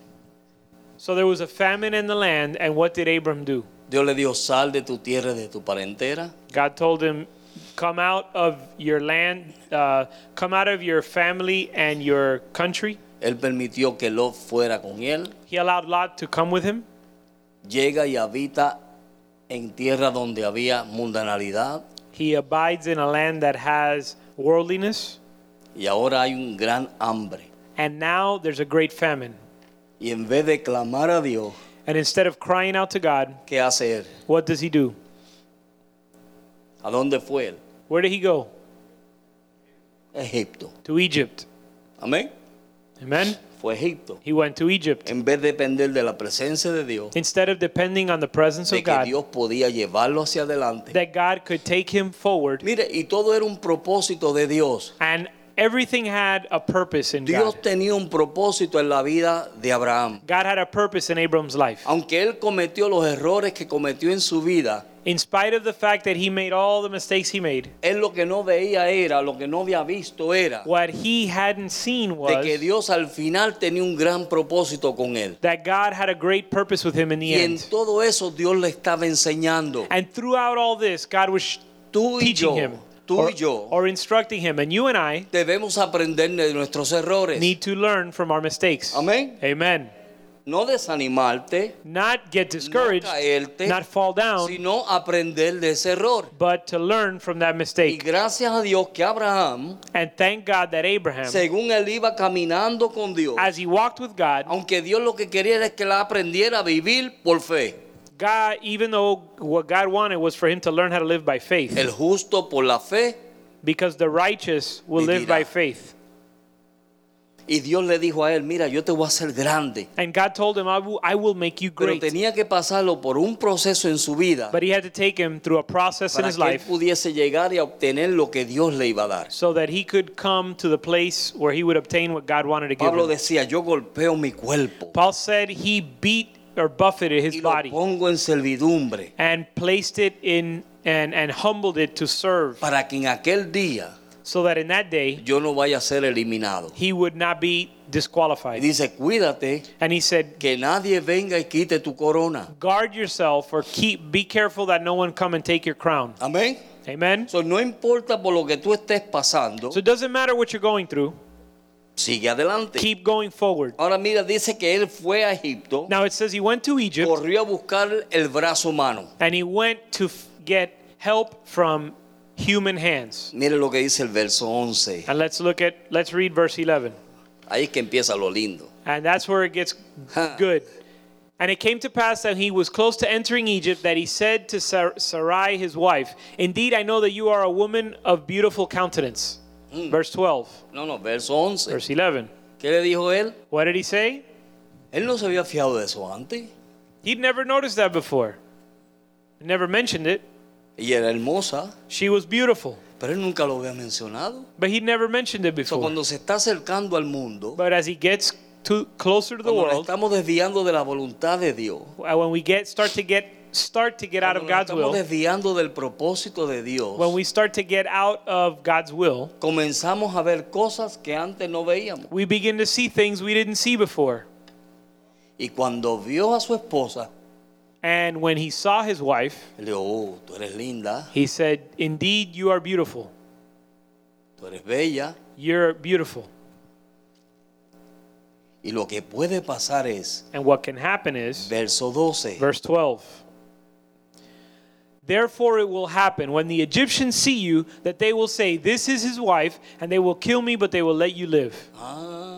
Speaker 4: So there was a famine in the land, and what did Abram do?
Speaker 3: Dios le dio sal de tu tierra y de tu parentela.
Speaker 4: God told him, "Come out of your land, uh, come out of your family and your country."
Speaker 3: Él permitió que Lot fuera con él.
Speaker 4: He allowed Lot to come with him.
Speaker 3: Llega y habita en tierra donde había mundanalidad.
Speaker 4: He abides in a land that has worldliness,
Speaker 3: Y ahora hay un gran hambre.
Speaker 4: and now there's a great famine.
Speaker 3: Y en vez de clamar a Dios,
Speaker 4: And instead of crying out to God,
Speaker 3: ¿qué hace él?
Speaker 4: what does he do?
Speaker 3: ¿A dónde fue él?
Speaker 4: Where did he go?
Speaker 3: Egipto.
Speaker 4: To Egypt.
Speaker 3: Amén.
Speaker 4: Amen.
Speaker 3: Fue Egipto.
Speaker 4: He went to Egypt.
Speaker 3: En vez de depender de la presencia de Dios,
Speaker 4: Instead of depending on the presence
Speaker 3: de
Speaker 4: of
Speaker 3: que
Speaker 4: God,
Speaker 3: Dios podía llevarlo hacia adelante.
Speaker 4: that God could take him forward,
Speaker 3: Mire, y todo era un propósito de Dios.
Speaker 4: and everything had a purpose in
Speaker 3: Dios
Speaker 4: God.
Speaker 3: tenía un propósito en la vida de Abraham.
Speaker 4: God had a purpose in Abram's life.
Speaker 3: Aunque él cometió los errores que cometió en su vida,
Speaker 4: In spite of the fact that he made all the mistakes he made,
Speaker 3: él lo que no veía era, lo que no había visto era,
Speaker 4: what he hadn't seen
Speaker 3: de que
Speaker 4: was
Speaker 3: Dios al final tenía un gran propósito con él.
Speaker 4: that God had a great purpose with him in the
Speaker 3: Y en
Speaker 4: end.
Speaker 3: todo eso Dios le estaba enseñando.
Speaker 4: And throughout all this, God was sh-
Speaker 3: Tú y
Speaker 4: teaching
Speaker 3: yo,
Speaker 4: him
Speaker 3: tú
Speaker 4: or,
Speaker 3: y yo
Speaker 4: or instructing him. And you and I
Speaker 3: debemos aprender de nuestros errores.
Speaker 4: need to learn from our mistakes.
Speaker 3: Amén.
Speaker 4: Amen.
Speaker 3: No desanimarte,
Speaker 4: Not get discouraged,
Speaker 3: no caerte,
Speaker 4: not fall down,
Speaker 3: sino aprender de ese error.
Speaker 4: but to learn from that
Speaker 3: Y
Speaker 4: mistake.
Speaker 3: gracias a Dios que Abraham,
Speaker 4: And thank God that Abraham,
Speaker 3: según él iba caminando con Dios,
Speaker 4: as he walked with God,
Speaker 3: aunque Dios lo que quería era que la aprendiera a vivir por fe.
Speaker 4: God, even though what God wanted was for him to learn how to live by faith,
Speaker 3: El justo por la fe.
Speaker 4: because the righteous will live by
Speaker 3: Vivirá.
Speaker 4: faith.
Speaker 3: Y Dios le dijo a él, mira, yo te voy a hacer grande.
Speaker 4: And God told him, I will, I will make you
Speaker 3: Pero
Speaker 4: great.
Speaker 3: tenía que pasarlo por un proceso en su vida
Speaker 4: But he had to take him through a process in
Speaker 3: para
Speaker 4: his
Speaker 3: que él
Speaker 4: life
Speaker 3: pudiese llegar y a obtener lo que Dios le iba a dar.
Speaker 4: so that he could come to the place where he would obtain what God wanted to give
Speaker 3: Pablo
Speaker 4: him.
Speaker 3: decía, yo golpeo mi cuerpo
Speaker 4: Paul said he beat or buffeted his
Speaker 3: y lo
Speaker 4: body
Speaker 3: pongo en servidumbre
Speaker 4: and placed it in and, and humbled it to serve
Speaker 3: para que en aquel día
Speaker 4: so that in that day
Speaker 3: yo no vaya a ser eliminado.
Speaker 4: he would not be
Speaker 3: Y
Speaker 4: disqualified.
Speaker 3: dice, cuídate
Speaker 4: And he said,
Speaker 3: que nadie venga y quite tu corona.
Speaker 4: guard yourself or keep be careful that no one come and take your crown.
Speaker 3: Amén.
Speaker 4: Amen.
Speaker 3: So, no importa por lo que tú estés pasando,
Speaker 4: So it doesn't matter what you're going through,
Speaker 3: sigue adelante.
Speaker 4: keep going forward.
Speaker 3: Ahora mira, dice que él fue a Egipto,
Speaker 4: Now it says he went to Egypt
Speaker 3: corrió a buscar el brazo humano.
Speaker 4: and he went to f- get help from human hands.
Speaker 3: Mire lo que dice el verso 11.
Speaker 4: And let's look at let's read verse 11.
Speaker 3: Ahí es que empieza lo lindo.
Speaker 4: And that's where it gets
Speaker 3: Huh.
Speaker 4: good. And it came to pass that he was close to entering Egypt that he said to Sar- Sarai his wife, "Indeed I know that you are a woman of beautiful countenance."
Speaker 3: Hmm.
Speaker 4: Verse 12,
Speaker 3: No, no, verso 11.
Speaker 4: verse 11.
Speaker 3: ¿Qué le dijo él?
Speaker 4: What did he say?
Speaker 3: Él no se había fiado de eso antes.
Speaker 4: He'd never noticed that before. Never mentioned it.
Speaker 3: Ella era hermosa,
Speaker 4: She was beautiful,
Speaker 3: pero él nunca lo había mencionado.
Speaker 4: but he'd never mentioned it
Speaker 3: So,
Speaker 4: before.
Speaker 3: cuando se está acercando al mundo,
Speaker 4: But as he gets to, closer to the
Speaker 3: cuando nos
Speaker 4: world,
Speaker 3: estamos desviando de la voluntad de Dios,
Speaker 4: Uh, when we get start to get start to get out
Speaker 3: cuando nos
Speaker 4: of God's
Speaker 3: estamos
Speaker 4: will,
Speaker 3: desviando del propósito de Dios,
Speaker 4: when we start to get out of God's will,
Speaker 3: comenzamos a ver cosas que antes no veíamos.
Speaker 4: we begin to see things we didn't see before.
Speaker 3: Y cuando vio a su esposa,
Speaker 4: And when he saw his wife,
Speaker 3: él dijo, oh, tú eres linda,
Speaker 4: he said, "Indeed, you are beautiful.
Speaker 3: tú eres bella.
Speaker 4: You're beautiful."
Speaker 3: Y lo que puede pasar es,
Speaker 4: And what can happen is
Speaker 3: verso 12,
Speaker 4: Verse 12. Therefore, it will happen when the Egyptians see you that they will say, This is his wife, and they will kill me, but they will let you live.
Speaker 3: Ah.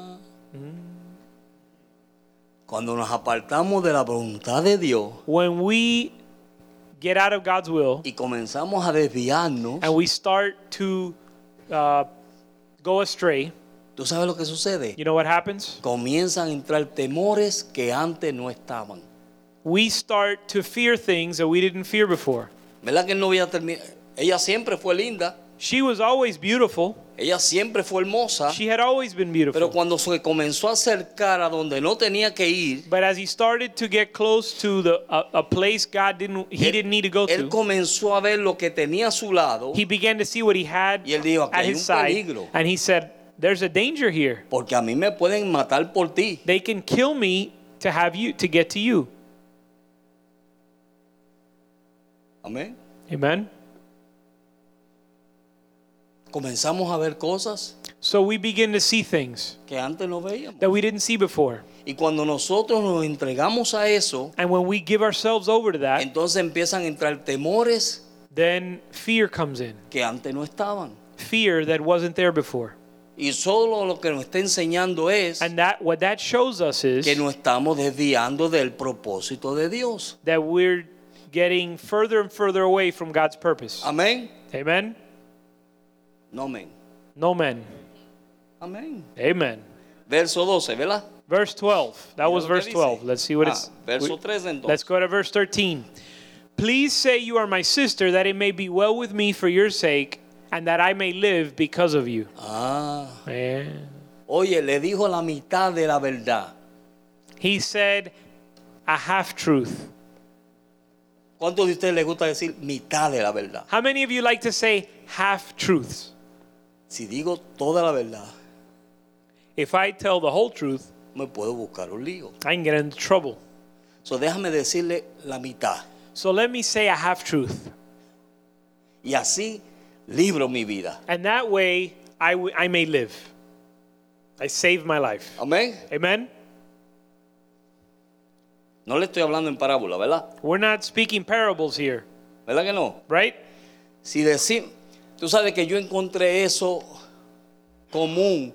Speaker 3: Cuando nos apartamos de la voluntad de Dios
Speaker 4: When we get out of God's will
Speaker 3: y comenzamos a desviarnos,
Speaker 4: and we start to uh, go astray,
Speaker 3: ¿tú sabes lo que sucede?
Speaker 4: you know what happens?
Speaker 3: Comienzan a entrar temores que antes no estaban.
Speaker 4: We start to fear things that we didn't fear before.
Speaker 3: ¿Verdad que él no voy a terminar? Ella siempre fue linda,
Speaker 4: She was always beautiful,
Speaker 3: Ella siempre fue hermosa,
Speaker 4: She had always been
Speaker 3: pero
Speaker 4: beautiful.
Speaker 3: cuando se comenzó a acercar a donde no tenía que ir,
Speaker 4: But as he started to get close to the a, a place God didn't he
Speaker 3: él-
Speaker 4: didn't need to go
Speaker 3: él
Speaker 4: to,
Speaker 3: comenzó a ver lo que tenía a su lado,
Speaker 4: he began to see what he had
Speaker 3: Y él dijo, "Aquí
Speaker 4: at
Speaker 3: hay
Speaker 4: his
Speaker 3: un
Speaker 4: side,
Speaker 3: peligro."
Speaker 4: and he said, "There's a danger here.
Speaker 3: porque a mí me pueden matar por ti.
Speaker 4: They can kill me to have you to get to you."
Speaker 3: Amén.
Speaker 4: Amen.
Speaker 3: Comenzamos a ver cosas
Speaker 4: So we begin to see things
Speaker 3: que antes no veíamos.
Speaker 4: that we didn't see before,
Speaker 3: Y cuando nosotros nos entregamos a eso,
Speaker 4: and when we give ourselves over to that,
Speaker 3: entonces empiezan a entrar temores
Speaker 4: then fear comes in.
Speaker 3: que antes no estaban.
Speaker 4: Fear that wasn't there before.
Speaker 3: Y solo lo que nos está enseñando es
Speaker 4: And that what that shows us is
Speaker 3: que nos estamos desviando del propósito de Dios.
Speaker 4: that we're getting further and further away from God's purpose.
Speaker 3: Amén.
Speaker 4: Amen.
Speaker 3: No, amén.
Speaker 4: No men.
Speaker 3: Amén.
Speaker 4: Amen.
Speaker 3: Verso 12, ¿verdad?
Speaker 4: Verse 12. That was
Speaker 3: lo que
Speaker 4: verse
Speaker 3: dice.
Speaker 4: 12. Let's see what
Speaker 3: Ah,
Speaker 4: it's.
Speaker 3: verso 13 entonces.
Speaker 4: Let's go to verse 13. Please say you are my sister, that it may be well with me for your sake, and that I may live because of you.
Speaker 3: Ah,
Speaker 4: Eh.
Speaker 3: oye, le dijo la mitad de la verdad.
Speaker 4: He said a half truth.
Speaker 3: ¿Cuántos de ustedes les gusta decir mitad de la verdad?
Speaker 4: How many of you like to say half truths?
Speaker 3: Si digo toda la verdad,
Speaker 4: If I tell the whole truth,
Speaker 3: me puedo buscar un lío.
Speaker 4: I can get into trouble.
Speaker 3: So, déjame decirle la mitad.
Speaker 4: So let me say a half truth.
Speaker 3: Y así libro mi vida.
Speaker 4: And that way, I, w- I may live. I save my life.
Speaker 3: Amén.
Speaker 4: Amen?
Speaker 3: No le estoy hablando en parábola, ¿verdad?
Speaker 4: We're not speaking parables here,
Speaker 3: ¿Verdad que no?
Speaker 4: right?
Speaker 3: Si decir, tú sabes que yo encontré eso común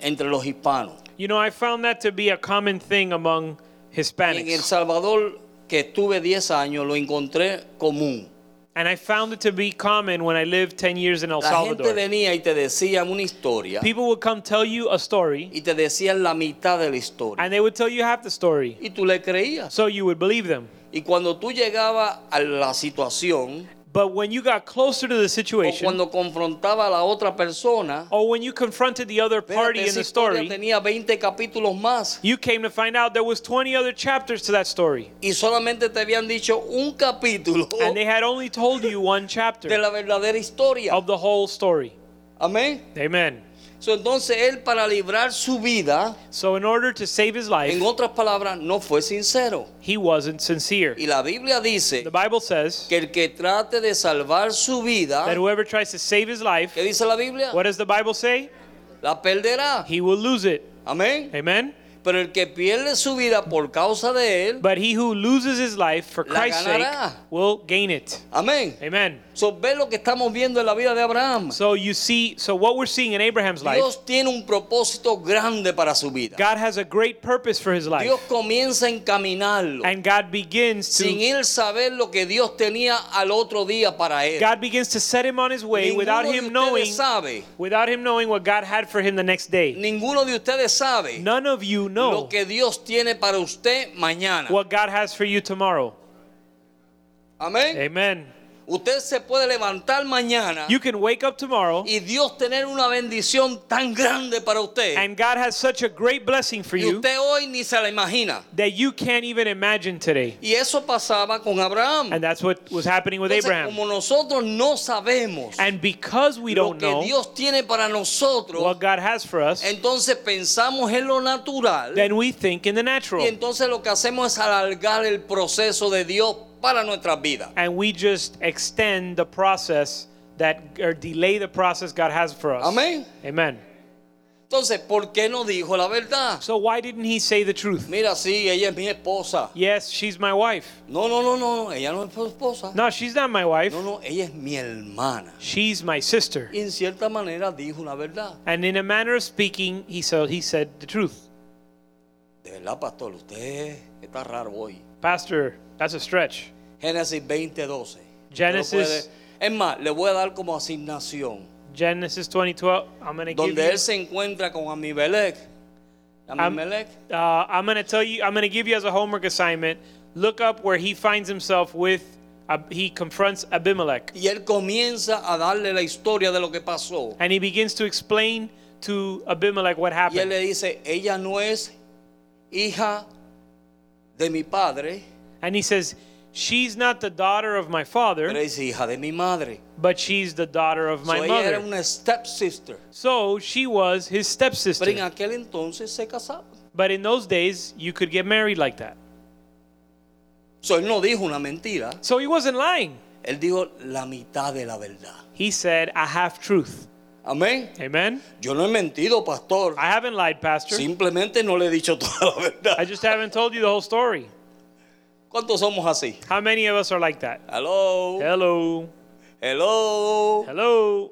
Speaker 3: entre los hispanos.
Speaker 4: You know, I found that to be a common thing among
Speaker 3: En El
Speaker 4: Hispanics.
Speaker 3: Salvador, que estuve 10 años, lo encontré común.
Speaker 4: And I found it to be common when I lived 10 years in El
Speaker 3: La gente
Speaker 4: Salvador.
Speaker 3: venía y te decían una historia
Speaker 4: People would come tell you a story,
Speaker 3: y te decían la mitad de la historia.
Speaker 4: and they would tell you half the story.
Speaker 3: Y tú le creías.
Speaker 4: So you would believe them.
Speaker 3: Y cuando tú llegabas a la situación
Speaker 4: But when you got closer to the
Speaker 3: o
Speaker 4: situation,
Speaker 3: cuando confrontaba a la otra persona,
Speaker 4: or when you confronted the other
Speaker 3: espérate,
Speaker 4: party in
Speaker 3: esa
Speaker 4: the
Speaker 3: historia
Speaker 4: story,
Speaker 3: tenía 20 capítulos más
Speaker 4: you came to find out there was 20 other chapters to that story.
Speaker 3: y solamente te habían dicho un capítulo
Speaker 4: And they Oh. had only told you one
Speaker 3: de
Speaker 4: chapter
Speaker 3: la verdadera historia.
Speaker 4: of the whole story.
Speaker 3: Amén.
Speaker 4: Amen.
Speaker 3: So, entonces él para librar su vida,
Speaker 4: So in order to save his
Speaker 3: en
Speaker 4: life,
Speaker 3: otras palabras, no fue sincero.
Speaker 4: he wasn't sincere.
Speaker 3: Y la Biblia dice
Speaker 4: The Bible says
Speaker 3: que el que trate de salvar su vida,
Speaker 4: that whoever tries to save his life,
Speaker 3: ¿qué dice la Biblia?
Speaker 4: what does the Bible say?
Speaker 3: La perderá.
Speaker 4: He will lose it.
Speaker 3: Amén.
Speaker 4: Amen.
Speaker 3: Pero el que pierde su vida por causa de él,
Speaker 4: But he who loses his life for
Speaker 3: La
Speaker 4: Christ's sake
Speaker 3: ganará.
Speaker 4: will gain it.
Speaker 3: amén.
Speaker 4: Amen.
Speaker 3: So, ve lo que estamos viendo en la vida de Abraham.
Speaker 4: So you see, so what we're seeing in Abraham's life,
Speaker 3: Dios tiene un propósito grande para su vida.
Speaker 4: God has a great purpose for his life.
Speaker 3: Dios comienza a encaminarlo
Speaker 4: And God begins
Speaker 3: sin
Speaker 4: to
Speaker 3: él saber lo que Dios tenía al otro día para él.
Speaker 4: God begins to set him on his way
Speaker 3: Ninguno
Speaker 4: without
Speaker 3: de
Speaker 4: him
Speaker 3: ustedes
Speaker 4: knowing
Speaker 3: sabe,
Speaker 4: without him knowing what God had for him the next day.
Speaker 3: ninguno de ustedes sabe
Speaker 4: None of you know
Speaker 3: lo que Dios tiene para usted mañana.
Speaker 4: what God has for you tomorrow.
Speaker 3: Amén.
Speaker 4: Amen.
Speaker 3: Usted se puede levantar mañana
Speaker 4: Eh. You can wake up tomorrow
Speaker 3: y Dios tener una bendición tan grande para usted
Speaker 4: and God has such a great blessing for
Speaker 3: y
Speaker 4: you
Speaker 3: usted hoy ni se la imagina.
Speaker 4: that you can't even imagine today.
Speaker 3: Y eso pasaba con Abraham.
Speaker 4: And that's what was happening with
Speaker 3: Entonces,
Speaker 4: Abraham.
Speaker 3: como nosotros no sabemos
Speaker 4: And because we
Speaker 3: lo
Speaker 4: don't
Speaker 3: que
Speaker 4: know
Speaker 3: Dios tiene para nosotros,
Speaker 4: what God has for us,
Speaker 3: entonces pensamos en lo natural
Speaker 4: then we think in the natural.
Speaker 3: y entonces lo que hacemos es alargar el proceso de Dios para nuestras vidas.
Speaker 4: And we just extend the process that or delay the process God has for us.
Speaker 3: Amén.
Speaker 4: Amen.
Speaker 3: Entonces, ¿por qué no dijo la verdad?
Speaker 4: So why didn't he say the truth?
Speaker 3: Mira, sí, ella es mi esposa.
Speaker 4: Yes, she's my wife.
Speaker 3: No, no, no, no, ella no es tu esposa.
Speaker 4: No, she's not my wife.
Speaker 3: No, no, ella es mi hermana.
Speaker 4: She's my sister.
Speaker 3: Y en cierta manera dijo una verdad.
Speaker 4: And in a manner of speaking, he so he said the truth.
Speaker 3: De verdad, pastor, usted está raro hoy.
Speaker 4: Pastor, that's a stretch.
Speaker 3: Génesis 20, 12.
Speaker 4: Genesis-
Speaker 3: Es más, le voy a dar como asignación.
Speaker 4: Genesis 2012. I'm gonna give
Speaker 3: Donde
Speaker 4: you,
Speaker 3: él se encuentra con Amimelech. Amimelech.
Speaker 4: uh, I'm gonna tell you. I'm gonna give you as a homework assignment. Look up where he finds himself with Ab- he confronts Abimelech
Speaker 3: Y él comienza a darle la historia de lo que pasó.
Speaker 4: and he begins to explain to Abimelech what
Speaker 3: Y él
Speaker 4: happened.
Speaker 3: le dice, ella no es hija de mi padre,
Speaker 4: And he says, She's not the daughter of my
Speaker 3: pero
Speaker 4: father,
Speaker 3: es hija de mi madre.
Speaker 4: but she's the daughter of
Speaker 3: So,
Speaker 4: my
Speaker 3: ella era
Speaker 4: mother.
Speaker 3: una stepsister.
Speaker 4: So she was his
Speaker 3: Pero en
Speaker 4: stepsister.
Speaker 3: aquel entonces se casaban.
Speaker 4: But in those days, you could get married like that.
Speaker 3: So, él no dijo una mentira,
Speaker 4: So he wasn't lying.
Speaker 3: él dijo la mitad de la verdad.
Speaker 4: He said, A half truth.
Speaker 3: Amén.
Speaker 4: Amen?
Speaker 3: Yo no he mentido, pastor.
Speaker 4: I haven't lied, Pastor.
Speaker 3: Simplemente no le he dicho toda la
Speaker 4: I
Speaker 3: verdad.
Speaker 4: just haven't told you the whole story.
Speaker 3: ¿Cuántos somos así?
Speaker 4: How many of us are like that?
Speaker 3: Hello.
Speaker 4: Hello.
Speaker 3: Hello.
Speaker 4: Hello.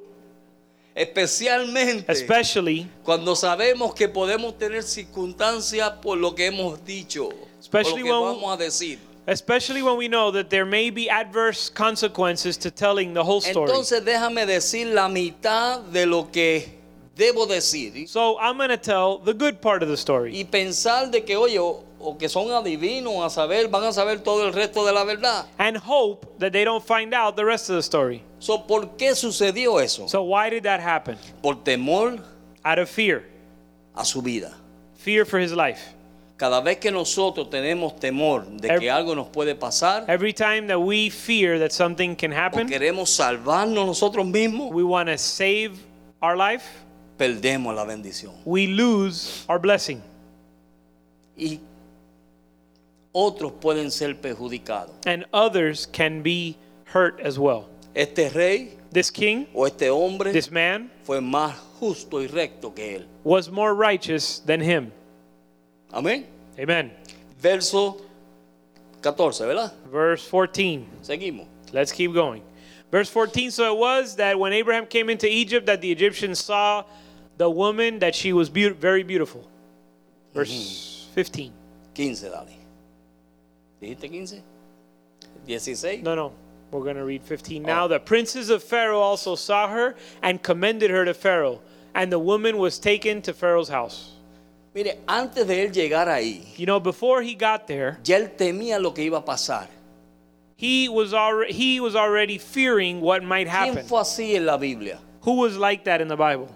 Speaker 3: Especialmente
Speaker 4: Especially,
Speaker 3: cuando sabemos que podemos tener circunstancias por lo que hemos dicho, por lo
Speaker 4: Especially
Speaker 3: que
Speaker 4: when-
Speaker 3: vamos a decir.
Speaker 4: especially when we know that there may be adverse consequences to telling the whole story.
Speaker 3: Entonces déjame decir la mitad de lo que debo decir
Speaker 4: so I'm going to tell the good part of the story
Speaker 3: y pensar de que, oye, o, o que son adivinos a saber, van a saber todo el resto de la verdad.
Speaker 4: and hope that they don't find out the rest of the story.
Speaker 3: So, ¿Por qué sucedió eso?
Speaker 4: So why did that happen?
Speaker 3: Por temor
Speaker 4: Out of fear.
Speaker 3: a su vida.
Speaker 4: Fear for his life.
Speaker 3: Cada vez que nosotros tenemos temor de que
Speaker 4: Every-
Speaker 3: algo nos puede pasar,
Speaker 4: Every time that we fear that something can
Speaker 3: o
Speaker 4: happen,
Speaker 3: queremos salvarnos nosotros mismos,
Speaker 4: we want to save our life,
Speaker 3: perdemos la bendición.
Speaker 4: we lose our blessing.
Speaker 3: Y otros pueden ser perjudicados.
Speaker 4: and others can be hurt as well.
Speaker 3: Este rey
Speaker 4: This king,
Speaker 3: o este hombre
Speaker 4: this man,
Speaker 3: fue más justo y recto que él.
Speaker 4: was more righteous than him.
Speaker 3: Amén.
Speaker 4: Amen.
Speaker 3: Verso 14, ¿verdad?
Speaker 4: Verse 14.
Speaker 3: Seguimos.
Speaker 4: Let's keep going. Verse 14 So it was that when Abraham came into Egypt, that the Egyptians saw the woman, that she was beau- very beautiful. Verse 15.
Speaker 3: 15, dale. ¿Dijiste 15? 16.
Speaker 4: No, no. We're going to read 15 now. The princes of Pharaoh also saw her and commended her to Pharaoh. And the woman was taken to Pharaoh's house.
Speaker 3: Mire, antes de él llegar ahí,
Speaker 4: You know, before he got there,
Speaker 3: ya él temía lo que iba a pasar.
Speaker 4: He was already he was already fearing what might happen.
Speaker 3: ¿Quién fue así en la Biblia?
Speaker 4: Who was like that in the Bible?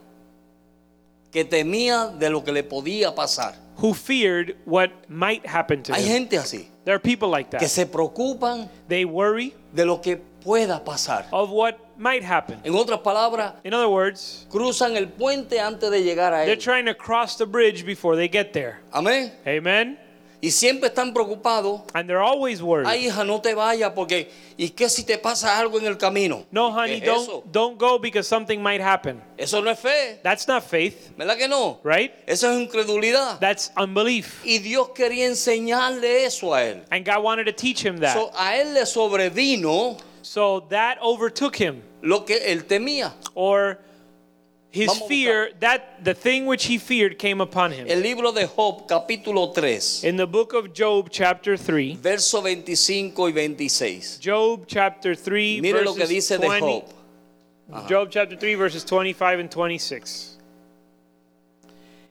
Speaker 3: Que temía de lo que le podía pasar.
Speaker 4: Who feared what might happen to
Speaker 3: Hay
Speaker 4: them?
Speaker 3: gente así,
Speaker 4: There are people like
Speaker 3: que
Speaker 4: that.
Speaker 3: se preocupan
Speaker 4: They worry
Speaker 3: de lo que pueda pasar.
Speaker 4: of what might happen.
Speaker 3: En otras palabras,
Speaker 4: In other words,
Speaker 3: cruzan el puente antes de llegar a
Speaker 4: they're
Speaker 3: él.
Speaker 4: trying to cross the bridge before they get there.
Speaker 3: Amén.
Speaker 4: Amen.
Speaker 3: Y siempre están preocupados.
Speaker 4: And they're always
Speaker 3: Ay,
Speaker 4: worried.
Speaker 3: hija, no te vayas porque ¿y qué si te pasa algo en el camino?
Speaker 4: No, honey,
Speaker 3: ¿Qué es Eh, eso?
Speaker 4: don't don't go because something might happen.
Speaker 3: Eso no es fe,
Speaker 4: That's not faith,
Speaker 3: ¿verdad que no?
Speaker 4: right?
Speaker 3: Eso es incredulidad.
Speaker 4: That's unbelief.
Speaker 3: Y Dios quería enseñarle eso a él.
Speaker 4: And God wanted to teach him
Speaker 3: So,
Speaker 4: that.
Speaker 3: a él le sobrevino
Speaker 4: So that overtook him.
Speaker 3: lo que él temía.
Speaker 4: or his
Speaker 3: Vamos a
Speaker 4: fear that the thing which he feared came upon him
Speaker 3: El libro de Job, capítulo 3,
Speaker 4: in the book of job chapter 3
Speaker 3: verso 25 y 26.
Speaker 4: job chapter 3
Speaker 3: Mire lo que
Speaker 4: verses
Speaker 3: dice de
Speaker 4: 20
Speaker 3: Job.
Speaker 4: job chapter 3 verses 25 and 26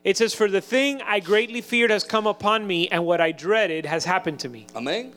Speaker 4: it says for the thing i greatly feared has come upon me and what i dreaded has happened to me
Speaker 3: Amén.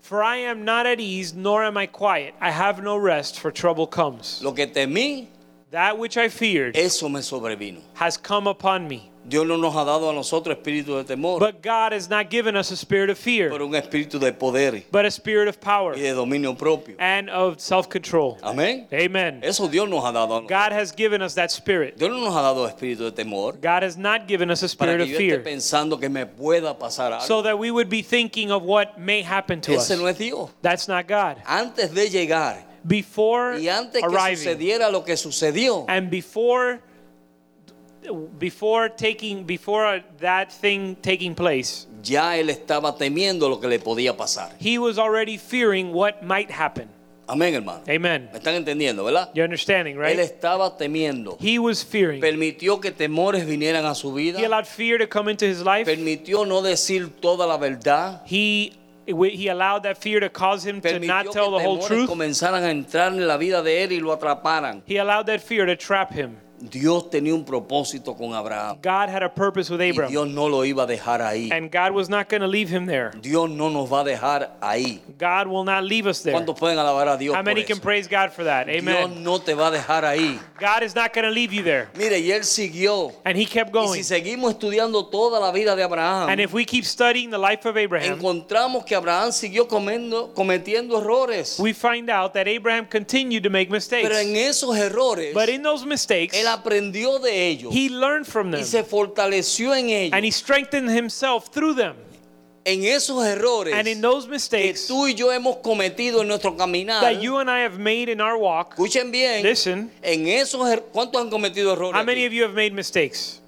Speaker 4: for i am not at ease nor am i quiet i have no rest for trouble comes
Speaker 3: Lo que temí,
Speaker 4: that which i feared
Speaker 3: eso me sobrevino.
Speaker 4: has come upon me
Speaker 3: Dios no nos ha dado a nosotros espíritu de temor,
Speaker 4: but god has not given us a spirit of fear
Speaker 3: pero un espíritu de poder
Speaker 4: but a spirit of power
Speaker 3: y de dominio propio.
Speaker 4: and of self control.
Speaker 3: Amén.
Speaker 4: Amen.
Speaker 3: Eso Dios nos ha dado a nosotros.
Speaker 4: God has given us that spirit.
Speaker 3: Dios no nos ha dado espíritu de temor
Speaker 4: God has not given us a
Speaker 3: para
Speaker 4: spirit
Speaker 3: que
Speaker 4: of
Speaker 3: yo esté
Speaker 4: fear
Speaker 3: pensando que me pueda pasar algo.
Speaker 4: so that we would be thinking of what may happen to us.
Speaker 3: Ese no es Dios.
Speaker 4: That's not God.
Speaker 3: Antes de llegar
Speaker 4: Before
Speaker 3: y antes que
Speaker 4: arriving
Speaker 3: sucediera lo que sucedió,
Speaker 4: and before before taking before that thing taking place,
Speaker 3: ya él estaba temiendo lo que le podía pasar.
Speaker 4: he was already fearing what might happen.
Speaker 3: Amén, hermano.
Speaker 4: Amen.
Speaker 3: ¿Me están entendiendo, verdad?
Speaker 4: You're understanding,
Speaker 3: Él
Speaker 4: right?
Speaker 3: estaba temiendo.
Speaker 4: He was fearing.
Speaker 3: Permitió que temores vinieran a su vida.
Speaker 4: He allowed fear to come into his life.
Speaker 3: Permitió no decir toda la verdad.
Speaker 4: He he allowed that fear to cause him to
Speaker 3: permitió
Speaker 4: not tell
Speaker 3: que
Speaker 4: the whole
Speaker 3: temores
Speaker 4: truth.
Speaker 3: comenzaran a entrar en la vida de él y lo atraparan.
Speaker 4: He allowed that fear to trap him.
Speaker 3: Dios tenía un propósito con Abraham.
Speaker 4: God had a purpose with
Speaker 3: Y
Speaker 4: Abram,
Speaker 3: Dios no lo iba a dejar ahí.
Speaker 4: and God was not going to leave him there.
Speaker 3: Dios no nos va a dejar ahí.
Speaker 4: God will not leave us there.
Speaker 3: ¿Cuántos pueden alabar a Dios?
Speaker 4: How
Speaker 3: por
Speaker 4: many can
Speaker 3: eso?
Speaker 4: praise God for that?
Speaker 3: Dios
Speaker 4: Amen.
Speaker 3: no te va a dejar ahí.
Speaker 4: God is not going to leave you there.
Speaker 3: Mire, y él siguió.
Speaker 4: And he kept
Speaker 3: Y si
Speaker 4: going.
Speaker 3: seguimos estudiando toda la vida de
Speaker 4: And
Speaker 3: Abraham,
Speaker 4: if we keep studying the life of Abraham,
Speaker 3: encontramos que Abraham siguió comiendo- cometiendo errores.
Speaker 4: we find out that Abraham continued to make mistakes.
Speaker 3: Pero en esos errores,
Speaker 4: But in those mistakes,
Speaker 3: él aprendió de ellos
Speaker 4: he learned from
Speaker 3: y
Speaker 4: them
Speaker 3: se fortaleció en
Speaker 4: and he
Speaker 3: ellos.
Speaker 4: strengthened himself through them.
Speaker 3: En esos errores
Speaker 4: And in those
Speaker 3: que
Speaker 4: mistakes
Speaker 3: tú y yo hemos cometido en nuestro caminar,
Speaker 4: that you and I have made in our walk,
Speaker 3: escuchen bien,
Speaker 4: listen,
Speaker 3: en esos er- ¿cuántos han cometido errores?
Speaker 4: how many
Speaker 3: aquí?
Speaker 4: of you have made mistakes?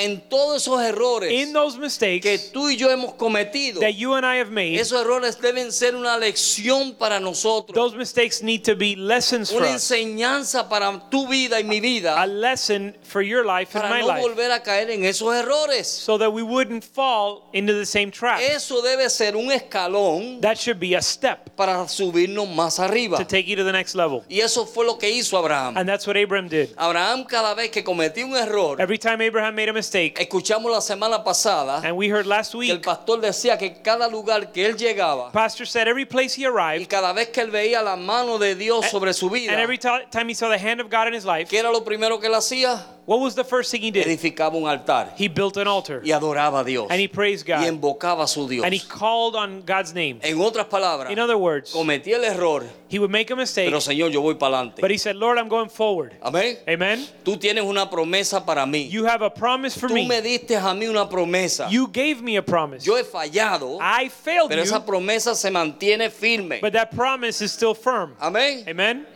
Speaker 3: En todos esos errores
Speaker 4: In those
Speaker 3: que
Speaker 4: mistakes
Speaker 3: tú y yo hemos cometido,
Speaker 4: that you and I have made,
Speaker 3: esos errores deben ser una lección para nosotros,
Speaker 4: those mistakes need to be lessons for
Speaker 3: una
Speaker 4: us.
Speaker 3: enseñanza para tu vida y mi
Speaker 4: A
Speaker 3: vida,
Speaker 4: lesson for your life and
Speaker 3: para
Speaker 4: my
Speaker 3: no
Speaker 4: life.
Speaker 3: volver a caer en esos errores.
Speaker 4: so that we wouldn't fall into the same trap.
Speaker 3: Eso debe ser un escalón
Speaker 4: That should be a step
Speaker 3: para subirnos más arriba.
Speaker 4: to take you to the next level.
Speaker 3: Y eso fue lo que hizo Abraham.
Speaker 4: And that's what Abraham did.
Speaker 3: Abraham cada vez que cometía un error,
Speaker 4: Every time Abraham made a mistake,
Speaker 3: escuchamos la semana pasada
Speaker 4: and we heard last
Speaker 3: que el
Speaker 4: week,
Speaker 3: pastor decía que cada lugar que él llegaba
Speaker 4: Pastor said every place he
Speaker 3: y
Speaker 4: arrived,
Speaker 3: cada vez que él veía la mano de Dios sobre su vida,
Speaker 4: and every ti- time he saw the hand of God in his life,
Speaker 3: ¿qué era lo primero que él hacía?
Speaker 4: what was the first thing he did?
Speaker 3: Edificaba un altar
Speaker 4: He built an altar,
Speaker 3: y adoraba a Dios
Speaker 4: and he praised
Speaker 3: y
Speaker 4: God,
Speaker 3: invocaba a su Dios.
Speaker 4: and he called on God's name.
Speaker 3: En otras palabras,
Speaker 4: In other words,
Speaker 3: cometía el error,
Speaker 4: he would make a mistake,
Speaker 3: pero Señor, yo voy para adelante.
Speaker 4: but he said, Lord, I'm going forward.
Speaker 3: Amén.
Speaker 4: Amen?
Speaker 3: Tú tienes una promesa para mí.
Speaker 4: You have a promise for
Speaker 3: Tú me
Speaker 4: me.
Speaker 3: diste a mí una promesa.
Speaker 4: You gave me a promise.
Speaker 3: Yo he fallado,
Speaker 4: I failed
Speaker 3: pero
Speaker 4: you,
Speaker 3: esa promesa se mantiene firme.
Speaker 4: but that promise is still firm.
Speaker 3: Amén.
Speaker 4: Amen.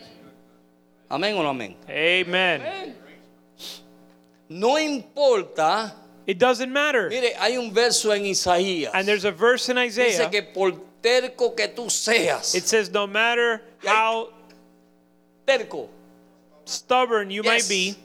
Speaker 3: Amén o no amén.
Speaker 4: Amen.
Speaker 3: No importa.
Speaker 4: It doesn't matter.
Speaker 3: Mire, hay un verso en Isaías.
Speaker 4: And there's a verse in
Speaker 3: Dice
Speaker 4: Isaiah.
Speaker 3: que por terco que tú seas,
Speaker 4: It says, no matter how
Speaker 3: terco,
Speaker 4: stubborn you might
Speaker 3: Yes.
Speaker 4: be,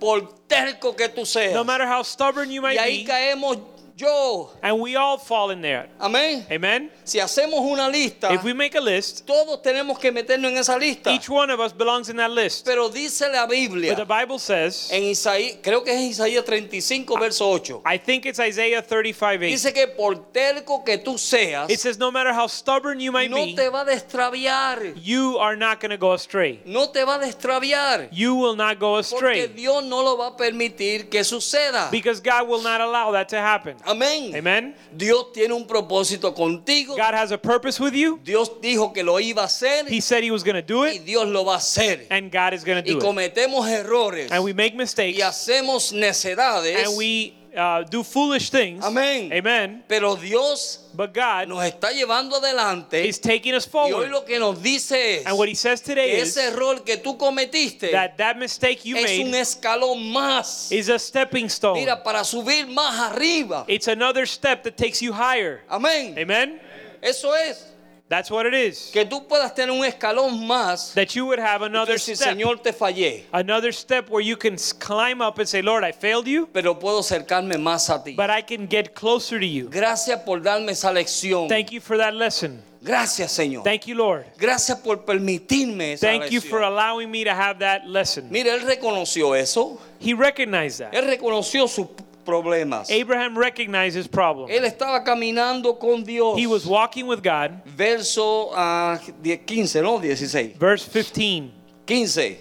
Speaker 3: por terco que tú seas.
Speaker 4: no matter how stubborn you
Speaker 3: y
Speaker 4: might
Speaker 3: ahí
Speaker 4: be,
Speaker 3: caemos yo.
Speaker 4: and we all fall in there.
Speaker 3: Amén.
Speaker 4: Amen.
Speaker 3: Si hacemos una lista,
Speaker 4: If we make a list,
Speaker 3: todos tenemos que meternos en esa lista.
Speaker 4: each one of us belongs in that list.
Speaker 3: Pero dice la Biblia
Speaker 4: But the Bible says,
Speaker 3: en Isaías, creo que es Isaías 35 verso 8.
Speaker 4: I think it's Isaiah 35 8.
Speaker 3: Dice que por terco que tú seas,
Speaker 4: It says, no matter how stubborn you might
Speaker 3: no
Speaker 4: be,
Speaker 3: te va a destraviar.
Speaker 4: you are not going to go astray.
Speaker 3: No te va a destraviar.
Speaker 4: You will not go
Speaker 3: Porque
Speaker 4: astray
Speaker 3: Dios no lo va a permitir que suceda.
Speaker 4: because God will not allow that to happen.
Speaker 3: Amén.
Speaker 4: Amen.
Speaker 3: Dios tiene un propósito contigo.
Speaker 4: God has a purpose with you.
Speaker 3: Dios dijo que lo iba a hacer
Speaker 4: He said he was going to do
Speaker 3: y
Speaker 4: it,
Speaker 3: Dios lo va a hacer.
Speaker 4: and God is going to
Speaker 3: Y
Speaker 4: do it.
Speaker 3: cometemos errores
Speaker 4: And we make mistakes,
Speaker 3: y hacemos necedades.
Speaker 4: and we uh, do foolish things.
Speaker 3: Amén.
Speaker 4: Amen.
Speaker 3: Pero Dios
Speaker 4: But God
Speaker 3: nos está llevando adelante.
Speaker 4: is taking us
Speaker 3: Y hoy
Speaker 4: forward.
Speaker 3: lo que nos dice es
Speaker 4: And what he says today
Speaker 3: que
Speaker 4: is
Speaker 3: ese error que tú cometiste
Speaker 4: that that mistake you
Speaker 3: es un
Speaker 4: made
Speaker 3: escalón más.
Speaker 4: is a stepping stone.
Speaker 3: Mira, para subir más arriba.
Speaker 4: It's another step that takes you higher.
Speaker 3: Amén.
Speaker 4: Amen.
Speaker 3: Eso es.
Speaker 4: That's what it is.
Speaker 3: Que tú puedas tener un escalón más.
Speaker 4: That you would have another
Speaker 3: si
Speaker 4: step,
Speaker 3: Señor te fallé,
Speaker 4: another step where you can s- climb up and say, Lord, I failed you,
Speaker 3: pero puedo acercarme más a ti.
Speaker 4: but I can get closer to you.
Speaker 3: Gracias por darme esa lección.
Speaker 4: Thank you for that lesson.
Speaker 3: Gracias, Señor.
Speaker 4: Thank you, Lord.
Speaker 3: Gracias por permitirme esa
Speaker 4: Thank you
Speaker 3: lección.
Speaker 4: for allowing me to have that lesson.
Speaker 3: Mira, él reconoció eso.
Speaker 4: He recognized that.
Speaker 3: Él reconoció sus problemas.
Speaker 4: Abraham recognized his problem.
Speaker 3: Él estaba caminando con Dios.
Speaker 4: He was walking with God.
Speaker 3: Verso ah, die- 15, ¿no? 16.
Speaker 4: Verse 15.
Speaker 3: 15.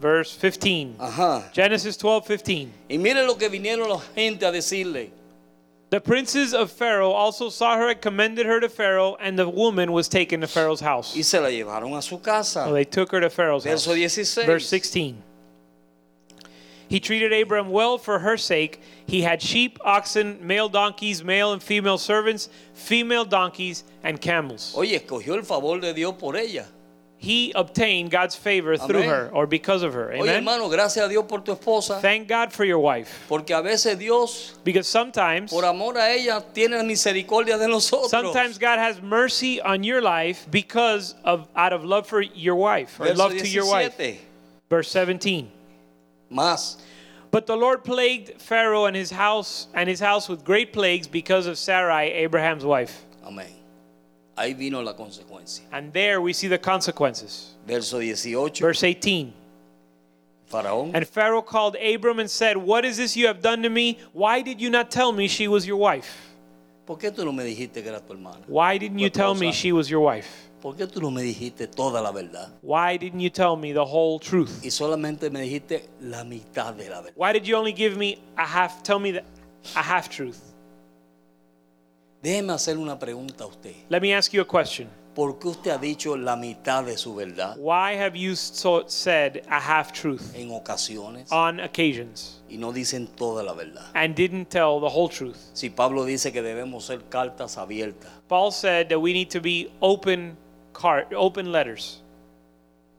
Speaker 4: Verse 15.
Speaker 3: Ajá.
Speaker 4: Genesis 12 15.
Speaker 3: Y mire lo que vinieron la gente a decirle.
Speaker 4: The princes of Pharaoh also saw her and commended her to Pharaoh, and the woman was taken to Pharaoh's house.
Speaker 3: Y se la llevaron a su casa.
Speaker 4: So they took her to Pharaoh's house.
Speaker 3: Verso 16.
Speaker 4: Verse 16. He treated Abram well for her sake. He had sheep, oxen, male donkeys, male and female servants, female donkeys, and camels.
Speaker 3: Oye, escogió el favor de Dios por ella.
Speaker 4: He obtained God's favor through
Speaker 3: Amén.
Speaker 4: her or because of her.
Speaker 3: Oye,
Speaker 4: Amen.
Speaker 3: hermano, gracias a Dios por tu esposa.
Speaker 4: Thank God for your wife
Speaker 3: Porque a veces Dios,
Speaker 4: because sometimes
Speaker 3: por amor a ella, tiene misericordia de nosotros.
Speaker 4: sometimes God has mercy on your life because of out of love for your wife or
Speaker 3: Verso
Speaker 4: love to your wife.
Speaker 3: 17.
Speaker 4: Verse 17.
Speaker 3: Más.
Speaker 4: But the Lord plagued Pharaoh and his house and his house with great plagues because of Sarai, Abraham's wife.
Speaker 3: Amén. Ahí vino la consecuencia.
Speaker 4: And there we see the consequences.
Speaker 3: Verso 18.
Speaker 4: Verse 18.
Speaker 3: Faraón.
Speaker 4: And Pharaoh called Abram and said, What is this you have done to me? Why did you not tell me she was your wife?
Speaker 3: ¿Por qué tú no me dijiste que era tu hermana?
Speaker 4: Why didn't you
Speaker 3: Pues,
Speaker 4: tell
Speaker 3: o
Speaker 4: me
Speaker 3: sea,
Speaker 4: she was your wife?
Speaker 3: ¿Por qué tú no me dijiste toda la verdad?
Speaker 4: Why didn't you tell me the whole truth?
Speaker 3: Y solamente me dijiste la mitad de la verdad.
Speaker 4: Why did you only give me a half, tell me the, a half truth?
Speaker 3: Déjeme hacer una pregunta a usted.
Speaker 4: Let me ask you a question.
Speaker 3: ¿Por qué usted ha dicho la mitad de su verdad
Speaker 4: Why have you so, said a half truth
Speaker 3: en ocasiones
Speaker 4: on occasions
Speaker 3: y no dicen toda la verdad?
Speaker 4: and didn't tell the whole truth?
Speaker 3: Si Pablo dice que debemos ser cartas abiertas,
Speaker 4: Paul said that we need to be open cart, open letters.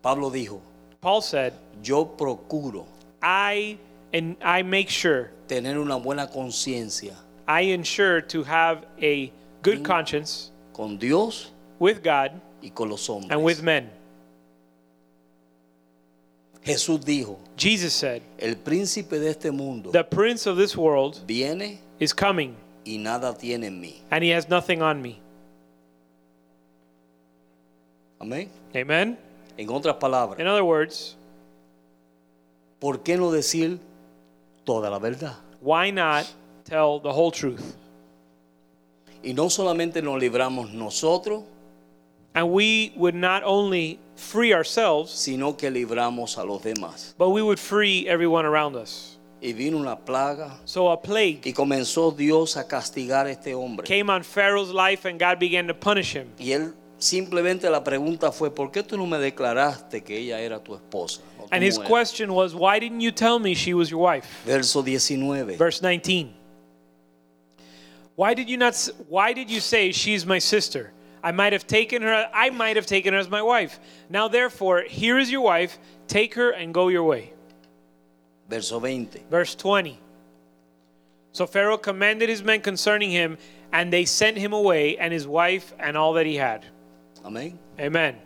Speaker 3: Pablo dijo,
Speaker 4: Paul said,
Speaker 3: yo procuro
Speaker 4: I and I make sure
Speaker 3: tener una buena conciencia
Speaker 4: I ensure to have a good conscience
Speaker 3: con Dios
Speaker 4: with God
Speaker 3: y con los hombres.
Speaker 4: and with men.
Speaker 3: Jesús dijo,
Speaker 4: Jesus said,
Speaker 3: el príncipe de este mundo
Speaker 4: The prince of this world
Speaker 3: viene
Speaker 4: is coming,
Speaker 3: y nada tiene en mí.
Speaker 4: and he has nothing on me.
Speaker 3: Amén.
Speaker 4: Amen?
Speaker 3: En otras
Speaker 4: In
Speaker 3: palabras,
Speaker 4: other words,
Speaker 3: ¿por qué no decir toda la verdad?
Speaker 4: why not tell the whole truth?
Speaker 3: Y no solamente nos libramos nosotros,
Speaker 4: And we would not only free ourselves,
Speaker 3: sino que libramos a los demás.
Speaker 4: but we would free everyone around us.
Speaker 3: Y vino una plaga
Speaker 4: So a plague
Speaker 3: y comenzó Dios a castigar a este hombre.
Speaker 4: came on Pharaoh's life, and God began to punish him.
Speaker 3: Y él simplemente la pregunta fue, ¿por qué tú no me declaraste que ella era tu esposa? o tu
Speaker 4: And his
Speaker 3: mujer?"
Speaker 4: question was, Why didn't you tell me she was your wife?
Speaker 3: Verso 19.
Speaker 4: Verse 19. Why did you not s- why did you say she's my sister? I might have taken her I might have taken her as my wife. Now therefore, here is your wife, take her and go your way.
Speaker 3: Verso 20.
Speaker 4: Verse 20. So Pharaoh commanded his men concerning him, and they sent him away and his wife and all that he had.
Speaker 3: Amén.
Speaker 4: Amen.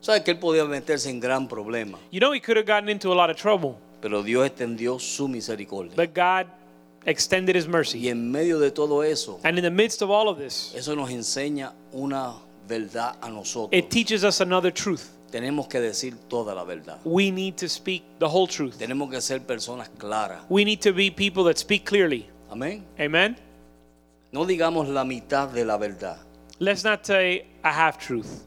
Speaker 3: Sabes que él podía meterse en gran problema,
Speaker 4: You know he could have gotten into a lot of trouble,
Speaker 3: pero Dios extendió su misericordia.
Speaker 4: but God extended his
Speaker 3: Y
Speaker 4: mercy.
Speaker 3: en medio de todo eso,
Speaker 4: And in the midst of all of this,
Speaker 3: eso nos enseña una verdad a nosotros.
Speaker 4: it teaches us another truth.
Speaker 3: Tenemos que decir toda la verdad.
Speaker 4: We need to speak the whole truth.
Speaker 3: Tenemos que ser personas claras.
Speaker 4: We need to be people that speak clearly.
Speaker 3: Amén.
Speaker 4: Amen?
Speaker 3: No digamos la mitad de la verdad.
Speaker 4: Let's not say a half truth.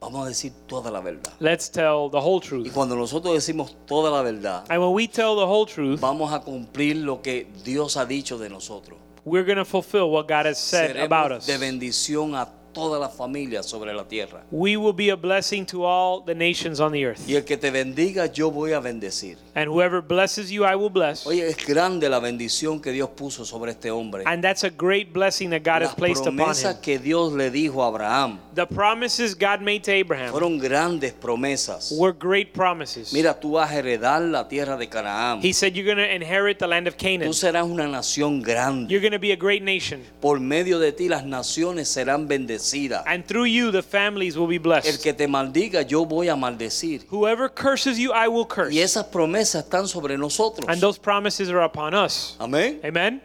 Speaker 3: Vamos a decir toda la verdad.
Speaker 4: Let's tell the whole
Speaker 3: Y
Speaker 4: truth.
Speaker 3: cuando nosotros decimos toda la verdad,
Speaker 4: And when we tell the whole truth,
Speaker 3: vamos a cumplir lo que Dios ha dicho de nosotros.
Speaker 4: we're going to fulfill what God has said about
Speaker 3: Seremos
Speaker 4: us.
Speaker 3: de bendición a toda la familia sobre la tierra.
Speaker 4: We will be a blessing to all the nations on the earth.
Speaker 3: Y el que te bendiga, yo voy a bendecir.
Speaker 4: And whoever blesses you, I will bless.
Speaker 3: Oye, es grande la bendición que Dios puso sobre este hombre.
Speaker 4: And that's a great blessing that God has
Speaker 3: Las
Speaker 4: placed upon him.
Speaker 3: promesas que Dios le dijo a Abraham
Speaker 4: The promises God made to Abraham
Speaker 3: fueron grandes promesas.
Speaker 4: were great promises.
Speaker 3: Mira, tú vas a heredar la tierra de Canaán.
Speaker 4: He said, You're going to inherit the land of Canaan,
Speaker 3: Tú serás una nación grande.
Speaker 4: you're going to be a great nation.
Speaker 3: Por medio de ti las naciones serán bendecidas.
Speaker 4: And through you, the families will be
Speaker 3: El
Speaker 4: blessed.
Speaker 3: que te maldiga, yo voy a maldecir.
Speaker 4: Whoever curses you, I will curse.
Speaker 3: Y esas promesas están sobre nosotros.
Speaker 4: And those promises are upon us.
Speaker 3: Amén.
Speaker 4: Amen?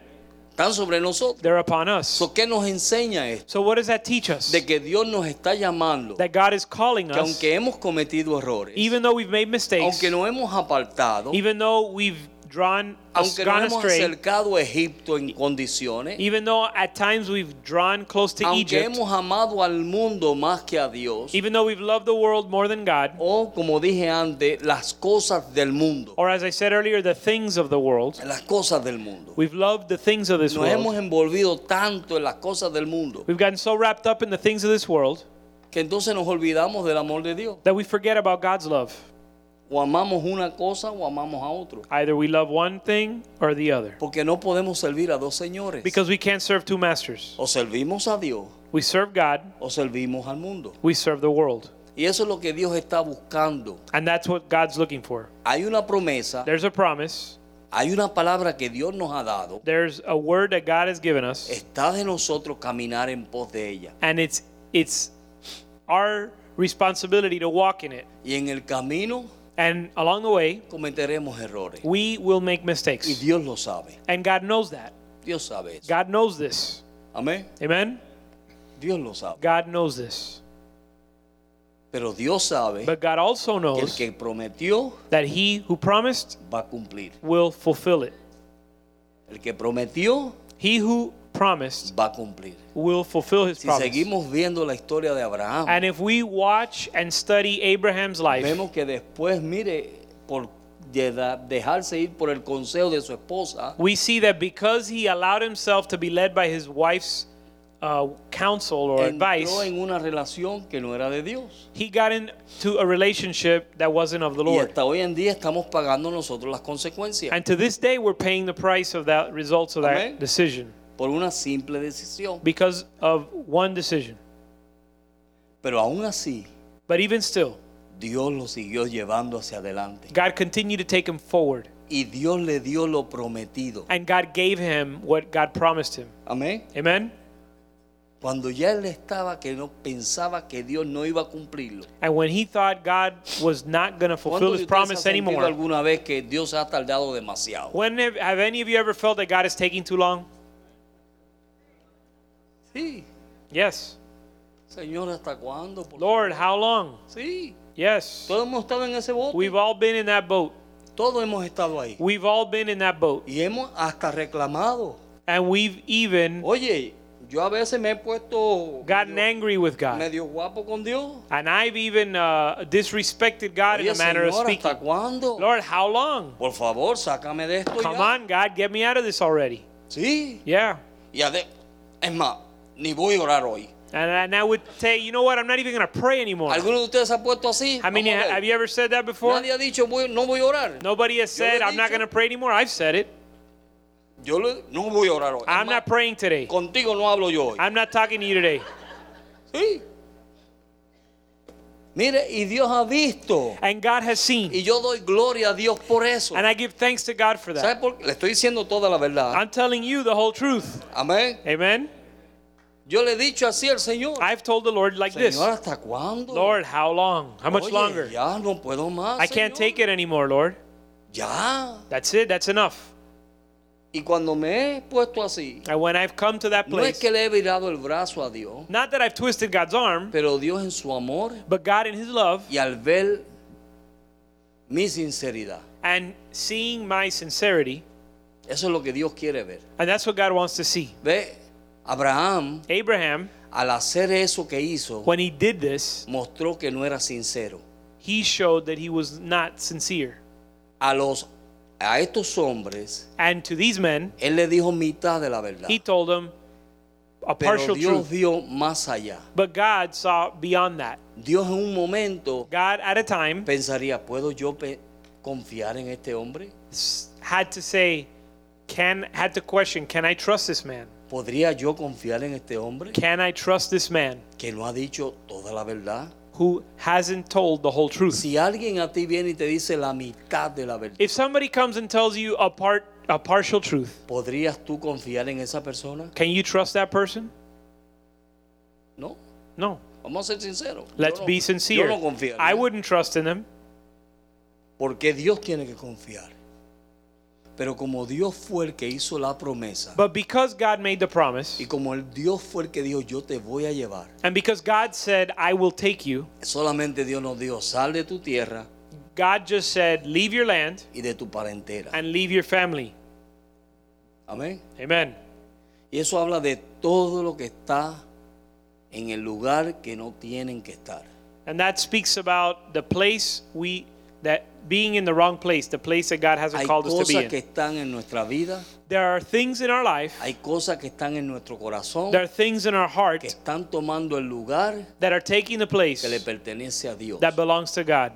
Speaker 3: Están sobre nosotros.
Speaker 4: They're upon us.
Speaker 3: So, ¿Qué nos enseña esto?
Speaker 4: So, what does that teach us?
Speaker 3: De que Dios nos está llamando.
Speaker 4: That God is calling
Speaker 3: Que
Speaker 4: us,
Speaker 3: aunque hemos cometido errores,
Speaker 4: even though we've made mistakes,
Speaker 3: aunque nos hemos apartado,
Speaker 4: even though we've drawn, us
Speaker 3: Oh. aunque
Speaker 4: gone
Speaker 3: nos hemos
Speaker 4: astray,
Speaker 3: acercado a Egipto en condiciones,
Speaker 4: even though at times we've drawn close to
Speaker 3: aunque
Speaker 4: Egypt,
Speaker 3: hemos amado al mundo más que a Dios,
Speaker 4: even though we've loved the world more than God,
Speaker 3: o como dije antes, las cosas del mundo.
Speaker 4: or as I said earlier, the things of the world,
Speaker 3: Las cosas del mundo.
Speaker 4: we've loved the things of this
Speaker 3: Nos hemos
Speaker 4: world.
Speaker 3: envolvido tanto en las cosas del mundo
Speaker 4: We've gotten so wrapped up in the things of this world
Speaker 3: que entonces nos olvidamos del amor de Dios.
Speaker 4: that we forget about God's love.
Speaker 3: O amamos una cosa o amamos a otro.
Speaker 4: Either we love one thing or the other.
Speaker 3: Porque no podemos servir a dos señores.
Speaker 4: Because we can't serve two masters.
Speaker 3: O servimos a Dios
Speaker 4: We serve God,
Speaker 3: o servimos al mundo.
Speaker 4: we serve the world.
Speaker 3: Y eso es lo que Dios está buscando.
Speaker 4: And that's what God's looking for.
Speaker 3: Hay una promesa,
Speaker 4: There's a promise,
Speaker 3: hay una palabra que Dios nos ha dado.
Speaker 4: there's a word that God has given us,
Speaker 3: Está de nosotros caminar en pos de ella.
Speaker 4: and it's it's our responsibility to walk in it.
Speaker 3: Y en el camino
Speaker 4: And along the way,
Speaker 3: cometeremos errores.
Speaker 4: we will make
Speaker 3: Y
Speaker 4: mistakes.
Speaker 3: Dios lo sabe.
Speaker 4: And God knows that.
Speaker 3: Dios sabe eso.
Speaker 4: God knows this.
Speaker 3: Amén.
Speaker 4: Amen.
Speaker 3: Dios lo sabe.
Speaker 4: God knows this.
Speaker 3: Pero Dios sabe
Speaker 4: But God also
Speaker 3: que el
Speaker 4: knows
Speaker 3: que prometió
Speaker 4: that he who promised
Speaker 3: va a cumplir.
Speaker 4: will fulfill it.
Speaker 3: El que prometió
Speaker 4: He who promised
Speaker 3: va a cumplir.
Speaker 4: will fulfill his
Speaker 3: Si
Speaker 4: promise.
Speaker 3: seguimos viendo la historia de Abraham,
Speaker 4: And if we watch and study Abraham's life,
Speaker 3: vemos que después, mire, por de- dejarse ir por el consejo de su esposa,
Speaker 4: we see that because he allowed himself to be led by his wife's uh, counsel or advice,
Speaker 3: entró en una relación que no era de Dios.
Speaker 4: he got into a relationship that wasn't of the
Speaker 3: Y
Speaker 4: Lord.
Speaker 3: hasta hoy en día estamos pagando nosotros las consecuencias
Speaker 4: And to this day, we're paying the price of that results of
Speaker 3: Amen.
Speaker 4: that decision
Speaker 3: por una simple decisión.
Speaker 4: because of one decision.
Speaker 3: Pero aún así,
Speaker 4: But even still,
Speaker 3: Dios lo siguió llevando hacia adelante.
Speaker 4: God continued to take him forward,
Speaker 3: Y Dios le dio lo prometido.
Speaker 4: and God gave him what God promised him.
Speaker 3: Amén.
Speaker 4: Amen.
Speaker 3: Cuando ya él estaba que no pensaba que Dios no iba a cumplirlo.
Speaker 4: And when he thought God was not going to
Speaker 3: ¿Cuántos
Speaker 4: fulfill
Speaker 3: de
Speaker 4: his
Speaker 3: ustedes
Speaker 4: promise
Speaker 3: han sentido
Speaker 4: anymore,
Speaker 3: alguna vez que Dios ha tardado demasiado?
Speaker 4: when have, have any of you ever felt that God is taking too long?
Speaker 3: Sí.
Speaker 4: Yes.
Speaker 3: Señor, ¿hasta cuándo? Por
Speaker 4: Lord, how long?
Speaker 3: favor? Sí.
Speaker 4: Yes.
Speaker 3: Todos hemos estado en ese bote.
Speaker 4: We've all been in that boat.
Speaker 3: Todos hemos estado ahí.
Speaker 4: We've all been in that boat.
Speaker 3: Y hemos hasta reclamado.
Speaker 4: And we've even
Speaker 3: Oye, yo a veces me he puesto
Speaker 4: gotten
Speaker 3: medio,
Speaker 4: angry with God.
Speaker 3: medio guapo con Dios.
Speaker 4: And I've even uh, disrespected God in
Speaker 3: Oye,
Speaker 4: a manner of
Speaker 3: Señor, ¿hasta
Speaker 4: speaking.
Speaker 3: cuándo?
Speaker 4: Lord, how long?
Speaker 3: Por favor, sácame de esto
Speaker 4: Come
Speaker 3: ya.
Speaker 4: on, God, get me out of this already.
Speaker 3: Sí.
Speaker 4: Yeah.
Speaker 3: Y ade- es más, ni voy a orar hoy.
Speaker 4: And, and I would say, you know what? I'm not even going to pray anymore.
Speaker 3: ¿Alguno de ustedes se ha puesto así?
Speaker 4: I mean,
Speaker 3: Vamos a
Speaker 4: ha-
Speaker 3: ver.
Speaker 4: have you ever said that before?
Speaker 3: Nadie ha dicho, "Voy- no voy a orar.
Speaker 4: Nobody has
Speaker 3: Yo le
Speaker 4: said,
Speaker 3: he
Speaker 4: I'm not
Speaker 3: dicho-
Speaker 4: going to pray anymore. I've said it.
Speaker 3: Yo le- no voy a orar hoy. Es
Speaker 4: I'm
Speaker 3: más,
Speaker 4: not praying today.
Speaker 3: Contigo no hablo yo hoy.
Speaker 4: I'm not talking to you today.
Speaker 3: Sí. Mire, y Dios ha visto.
Speaker 4: And God has seen.
Speaker 3: Y yo doy gloria a Dios por eso.
Speaker 4: And I give thanks to God for that.
Speaker 3: ¿Sabe por qué? Le estoy diciendo toda la verdad.
Speaker 4: I'm telling you the whole truth.
Speaker 3: Amén.
Speaker 4: Amen.
Speaker 3: Yo le he dicho así al Señor.
Speaker 4: I've told the Lord like this
Speaker 3: Señor, ¿hasta cuándo?
Speaker 4: Lord, how long? How much
Speaker 3: Oye,
Speaker 4: longer?
Speaker 3: Ya no puedo más.
Speaker 4: I can't
Speaker 3: Señor.
Speaker 4: take it anymore, Lord.
Speaker 3: Ya.
Speaker 4: That's it. That's enough.
Speaker 3: Y cuando me he puesto así,
Speaker 4: And when I've come to that
Speaker 3: no es
Speaker 4: place,
Speaker 3: que le he virado el brazo a Dios,
Speaker 4: not that I've twisted God's arm,
Speaker 3: pero Dios en su amor
Speaker 4: but God in His love
Speaker 3: y al ver mi sinceridad.
Speaker 4: and seeing my sincerity,
Speaker 3: Eso es lo que Dios quiere ver.
Speaker 4: and that's what God wants to see.
Speaker 3: Ve, Abraham,
Speaker 4: Abraham,
Speaker 3: al hacer eso que hizo,
Speaker 4: when he did this,
Speaker 3: mostró que no era sincero.
Speaker 4: he showed that he was not sincere.
Speaker 3: A los a estos hombres,
Speaker 4: And to these men,
Speaker 3: él le dijo mitad de la verdad.
Speaker 4: he told them a
Speaker 3: Pero
Speaker 4: partial
Speaker 3: Dios
Speaker 4: truth.
Speaker 3: vio más allá.
Speaker 4: But God saw beyond that.
Speaker 3: Dios en un momento
Speaker 4: God, at a time,
Speaker 3: pensaría, ¿puedo yo pe- confiar en este hombre?
Speaker 4: s- had to say, can had to question, can I trust this man?
Speaker 3: ¿Podría yo confiar en este hombre?
Speaker 4: Can I trust this man
Speaker 3: que no ha dicho toda la verdad.
Speaker 4: who hasn't told the whole truth?
Speaker 3: Si alguien a ti viene y te dice la mitad de la verdad,
Speaker 4: If somebody comes and tells you a part a partial truth,
Speaker 3: ¿podrías tú confiar en esa persona?
Speaker 4: can you trust that person?
Speaker 3: No.
Speaker 4: No.
Speaker 3: Vamos a ser sinceros. Yo
Speaker 4: Let's
Speaker 3: no-
Speaker 4: be sincere.
Speaker 3: Yo no confío. en
Speaker 4: I
Speaker 3: él.
Speaker 4: wouldn't trust in them.
Speaker 3: Porque Dios tiene que confiar. Pero como Dios fue el que hizo la promesa
Speaker 4: But because God made the promise,
Speaker 3: y como el Dios fue el que dijo yo te voy a llevar,
Speaker 4: and because God said, I will take you,
Speaker 3: solamente Dios nos dijo sal de tu tierra
Speaker 4: God just said, leave your land
Speaker 3: y de tu parentela.
Speaker 4: and leave your family.
Speaker 3: Amén.
Speaker 4: Amen.
Speaker 3: Y eso habla de todo lo que está en el lugar que no tienen que estar.
Speaker 4: And that speaks about the place we that being in the wrong place, the place that God hasn't
Speaker 3: Hay
Speaker 4: called us to be
Speaker 3: cosas
Speaker 4: in.
Speaker 3: que están en nuestra vida,
Speaker 4: There are things in our life,
Speaker 3: hay cosas que están en nuestro corazón,
Speaker 4: there are things in our
Speaker 3: que
Speaker 4: heart
Speaker 3: están tomando el lugar
Speaker 4: that are taking the
Speaker 3: que le
Speaker 4: place
Speaker 3: pertenece a Dios.
Speaker 4: that belongs to God.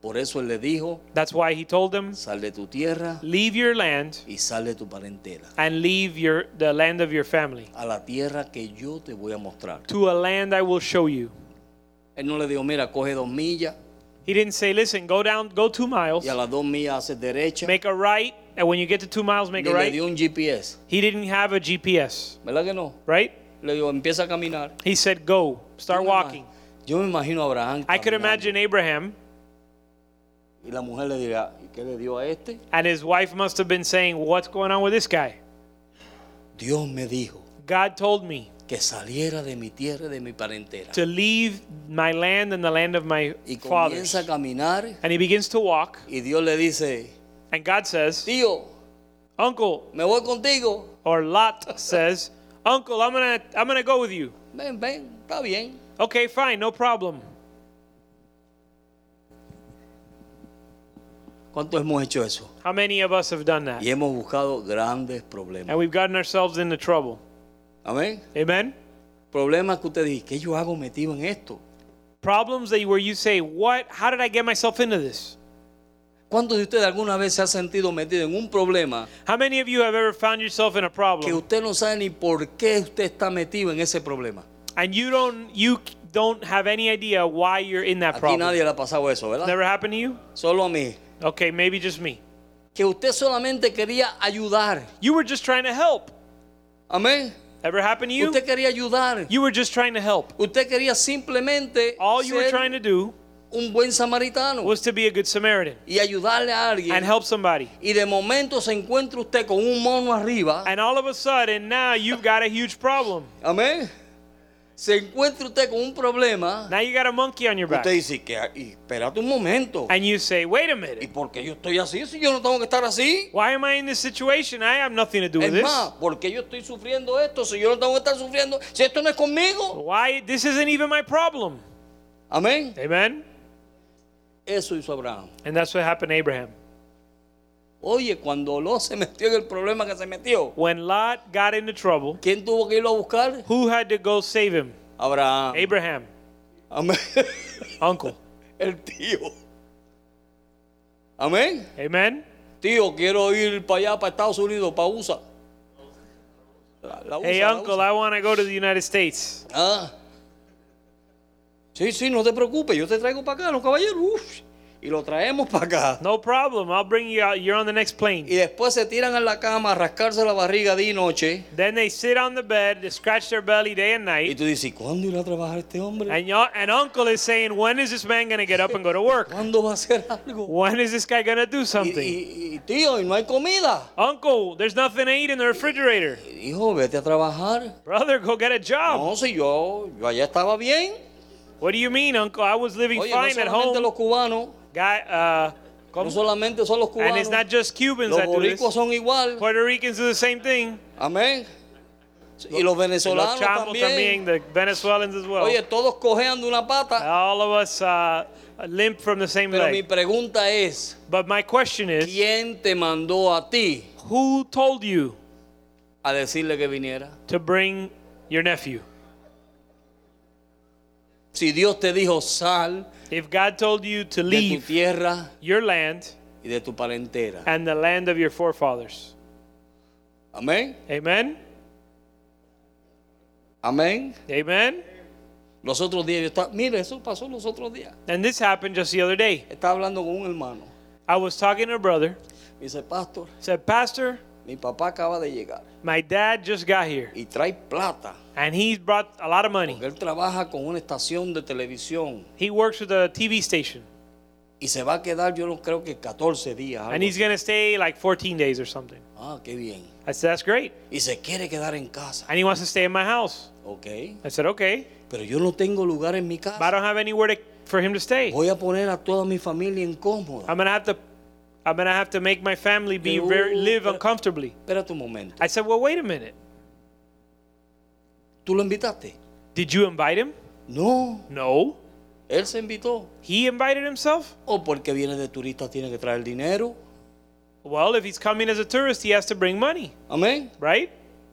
Speaker 3: Por eso Él le dijo,
Speaker 4: That's why he told them,
Speaker 3: sal de tu tierra
Speaker 4: leave your land
Speaker 3: y sal de tu parentela,
Speaker 4: and leave your the land of your family
Speaker 3: a la tierra que yo te voy a mostrar.
Speaker 4: to a land I will show you.
Speaker 3: Él no le dijo, mira, coge dos millas
Speaker 4: He didn't say, listen, go down, go two miles,
Speaker 3: y a las dos millas haces derecha.
Speaker 4: make a right, and when you get to two miles, make
Speaker 3: Ni
Speaker 4: a
Speaker 3: le
Speaker 4: right.
Speaker 3: dio un GPS,
Speaker 4: He didn't have a GPS,
Speaker 3: ¿verdad que no?
Speaker 4: right?
Speaker 3: Le dijo, empieza a caminar.
Speaker 4: He said, go,
Speaker 3: Yo
Speaker 4: start
Speaker 3: me ima-
Speaker 4: walking.
Speaker 3: Yo me imagino a Abraham.
Speaker 4: I could
Speaker 3: caminando.
Speaker 4: imagine Abraham
Speaker 3: Y la mujer le dirá, ¿y qué le dio a este?
Speaker 4: and his wife must have been saying, What's going on with this guy?
Speaker 3: Dios me dijo.
Speaker 4: God told me
Speaker 3: que saliera de mi tierra y de mi parentela.
Speaker 4: to leave my land and the land of my
Speaker 3: Y
Speaker 4: fathers.
Speaker 3: comienza a caminar
Speaker 4: And he begins to walk,
Speaker 3: y Dios le dice,
Speaker 4: and God says,
Speaker 3: tío,
Speaker 4: Uncle,
Speaker 3: me voy contigo.
Speaker 4: or Lot says, Uncle, I'm gonna I'm gonna go with you.
Speaker 3: Ven, ven, está bien.
Speaker 4: Okay, fine, no problem.
Speaker 3: ¿Cuántos hemos hecho eso?
Speaker 4: How many of us have done that?
Speaker 3: Y hemos buscado grandes problemas.
Speaker 4: And we've gotten ourselves into trouble.
Speaker 3: Amén.
Speaker 4: Amen?
Speaker 3: Problemas que usted dice, ¿qué yo hago metido en esto?
Speaker 4: Problems that where you say, What how did I get myself into this?
Speaker 3: ¿Cuántos de ustedes alguna vez se ha sentido metido en un problema
Speaker 4: How many of you have ever found yourself in a
Speaker 3: que
Speaker 4: problem
Speaker 3: usted no sabe ni por qué usted está metido en ese problema?
Speaker 4: and you don't you don't have any idea why you're in that
Speaker 3: Aquí
Speaker 4: problem?
Speaker 3: nadie le ha pasado eso, ¿verdad?
Speaker 4: Never happened to you?
Speaker 3: Solo a mí.
Speaker 4: Okay, maybe just me.
Speaker 3: Que usted solamente quería ayudar.
Speaker 4: You were just trying to help.
Speaker 3: Amén.
Speaker 4: Ever happened to you?
Speaker 3: Usted quería ayudar.
Speaker 4: You were just trying to help.
Speaker 3: Usted quería simplemente
Speaker 4: All you
Speaker 3: ser
Speaker 4: were trying to do
Speaker 3: un buen samaritano
Speaker 4: was to be a good Samaritan
Speaker 3: y ayudarle a alguien.
Speaker 4: and help somebody.
Speaker 3: Y de momento se encuentra usted con un mono arriba.
Speaker 4: And all of a sudden, now you've got a huge problem.
Speaker 3: Amén. Se encuentra usted con un problema.
Speaker 4: Now you got a monkey on your
Speaker 3: Usted
Speaker 4: back.
Speaker 3: dice que "Ah, y espérate un momento.
Speaker 4: And you say, wait a
Speaker 3: ¿Y
Speaker 4: minute.
Speaker 3: por qué yo estoy así? Si yo no tengo que estar así.
Speaker 4: Why am I in this situation? I have nothing to do with
Speaker 3: Es
Speaker 4: this.
Speaker 3: más, ¿por qué yo estoy sufriendo esto? Si yo no tengo que estar sufriendo, si esto no es conmigo.
Speaker 4: Why? This isn't even my problem.
Speaker 3: Amén.
Speaker 4: Amen?
Speaker 3: Eso hizo Abraham.
Speaker 4: And that's what happened to Abraham.
Speaker 3: Oye, cuando Lot se metió en el problema que se metió,
Speaker 4: When Lot got into trouble,
Speaker 3: ¿quién tuvo que irlo a buscar?
Speaker 4: who had to go save him?
Speaker 3: Abraham.
Speaker 4: Abraham,
Speaker 3: Amén.
Speaker 4: uncle.
Speaker 3: El tío. Amén.
Speaker 4: Amen?
Speaker 3: Tío, quiero ir para allá, para Estados Unidos, para USA. La- la
Speaker 4: Hey,
Speaker 3: USA, la
Speaker 4: uncle,
Speaker 3: USA.
Speaker 4: I want to go to the United States.
Speaker 3: Ah. Sí, sí, no te preocupes, yo te traigo para acá, los caballeros. uf, y lo traemos para acá.
Speaker 4: No problem. I'll bring you out. You're on the next plane.
Speaker 3: Y después se tiran a la cama a rascarse la barriga día y noche.
Speaker 4: Then they sit on the bed, they scratch their belly day and
Speaker 3: Y
Speaker 4: night,
Speaker 3: tú dices, "¿Y ¿cuándo irá a trabajar este hombre?
Speaker 4: and y'all, and Uncle is saying, "When is this man gonna get up and go to work?
Speaker 3: ¿Cuándo va a hacer algo?
Speaker 4: When is this guy gonna do
Speaker 3: Y,
Speaker 4: something?"
Speaker 3: y- y, tío, y no hay comida.
Speaker 4: Uncle, there's nothing to eat in the refrigerator.
Speaker 3: Hijo, vete a trabajar.
Speaker 4: Brother, go get a job.
Speaker 3: No, si yo, yo allá estaba bien.
Speaker 4: What do you mean, Uncle? I was living
Speaker 3: Oye, no
Speaker 4: fine at
Speaker 3: solamente
Speaker 4: home.
Speaker 3: los cubanos,
Speaker 4: Guy, uh,
Speaker 3: no
Speaker 4: come-
Speaker 3: solamente son los
Speaker 4: and it's
Speaker 3: cubanos.
Speaker 4: not just Pues, Cubans
Speaker 3: Los
Speaker 4: that do this.
Speaker 3: boricuas son igual.
Speaker 4: Puerto Ricans do the same thing.
Speaker 3: Amén. Y los
Speaker 4: And Los
Speaker 3: venezolanos
Speaker 4: chamos también,
Speaker 3: también.
Speaker 4: the Venezuelans as well.
Speaker 3: Oye, todos cojean de una pata.
Speaker 4: All of us uh, limp from the same
Speaker 3: Pero mi
Speaker 4: leg.
Speaker 3: pregunta es,
Speaker 4: But my question is,
Speaker 3: ¿quién te mandó a ti
Speaker 4: who told you?
Speaker 3: a decirle que viniera?
Speaker 4: to bring your nephew.
Speaker 3: Si Dios te dijo sal
Speaker 4: If God told you
Speaker 3: de tu
Speaker 4: to leave
Speaker 3: tierra
Speaker 4: your land
Speaker 3: y de tu parentela.
Speaker 4: and the land of your forefathers.
Speaker 3: Amén.
Speaker 4: Amen?
Speaker 3: Amén.
Speaker 4: Amen?
Speaker 3: Los otros días yo estaba, mire, eso pasó los otros días.
Speaker 4: And this happened just the other day.
Speaker 3: Estaba hablando con un hermano.
Speaker 4: I was talking to a brother,
Speaker 3: Me dice, pastor,
Speaker 4: said, Pastor,
Speaker 3: mi papá acaba de llegar
Speaker 4: my dad just got here
Speaker 3: y trae plata.
Speaker 4: and he brought a lot of money.
Speaker 3: Porque él trabaja con una estación de televisión
Speaker 4: He works with a TV station
Speaker 3: y se va a quedar, yo no creo que 14 días. algo
Speaker 4: and he's
Speaker 3: así.
Speaker 4: going to stay like 14 days or something.
Speaker 3: Ah, qué bien.
Speaker 4: I said, That's great.
Speaker 3: Y se quiere quedar en casa.
Speaker 4: And he wants to stay in my house.
Speaker 3: Ok.
Speaker 4: I said, Okay,
Speaker 3: Pero yo no tengo lugar en mi
Speaker 4: but I
Speaker 3: casa.
Speaker 4: don't have anywhere to, for him to stay.
Speaker 3: Voy a poner a toda mi familia incómoda.
Speaker 4: I'm going to have to. I'm gonna have to make my family be
Speaker 3: Pero-
Speaker 4: very, live
Speaker 3: pero-
Speaker 4: uncomfortably.
Speaker 3: Espérate un momento.
Speaker 4: I said, Well, wait a minute.
Speaker 3: ¿Tú lo invitaste?
Speaker 4: Did you invite him?
Speaker 3: No,
Speaker 4: No.
Speaker 3: él se invitó.
Speaker 4: He invited himself?
Speaker 3: O porque viene de turista tiene que traer dinero.
Speaker 4: Well, if he's coming as a tourist, he has to bring money,
Speaker 3: Amén.
Speaker 4: right?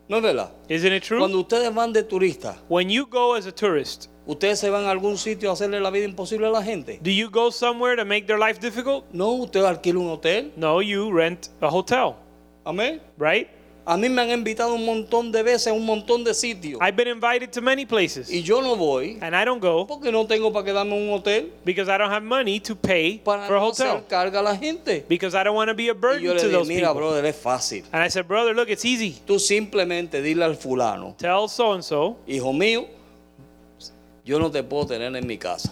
Speaker 3: ¿No es verdad?
Speaker 4: Isn't it true?
Speaker 3: Cuando ustedes van de turista,
Speaker 4: when you go as a tourist,
Speaker 3: ¿ustedes se van a algún sitio a hacerle la vida imposible a la gente?
Speaker 4: do you go somewhere to make their life difficult?
Speaker 3: No, usted alquila un hotel.
Speaker 4: No, you rent a hotel,
Speaker 3: Amén.
Speaker 4: right?
Speaker 3: A mí me han invitado un montón de veces a un montón de sitios.
Speaker 4: I've been invited to many places,
Speaker 3: Y yo no voy
Speaker 4: and I don't go
Speaker 3: porque no tengo para quedarme en un hotel
Speaker 4: because I don't have money to pay
Speaker 3: para
Speaker 4: for a
Speaker 3: no
Speaker 4: hotel
Speaker 3: hacer carga a la gente.
Speaker 4: because I don't want to be a
Speaker 3: Y yo
Speaker 4: burden
Speaker 3: le
Speaker 4: to
Speaker 3: dije,
Speaker 4: those
Speaker 3: mira,
Speaker 4: people.
Speaker 3: brother, es fácil.
Speaker 4: And I said, brother, look, it's easy.
Speaker 3: Tú simplemente dile al fulano,
Speaker 4: Tell so and so,
Speaker 3: hijo mío, yo no te puedo tener en mi casa.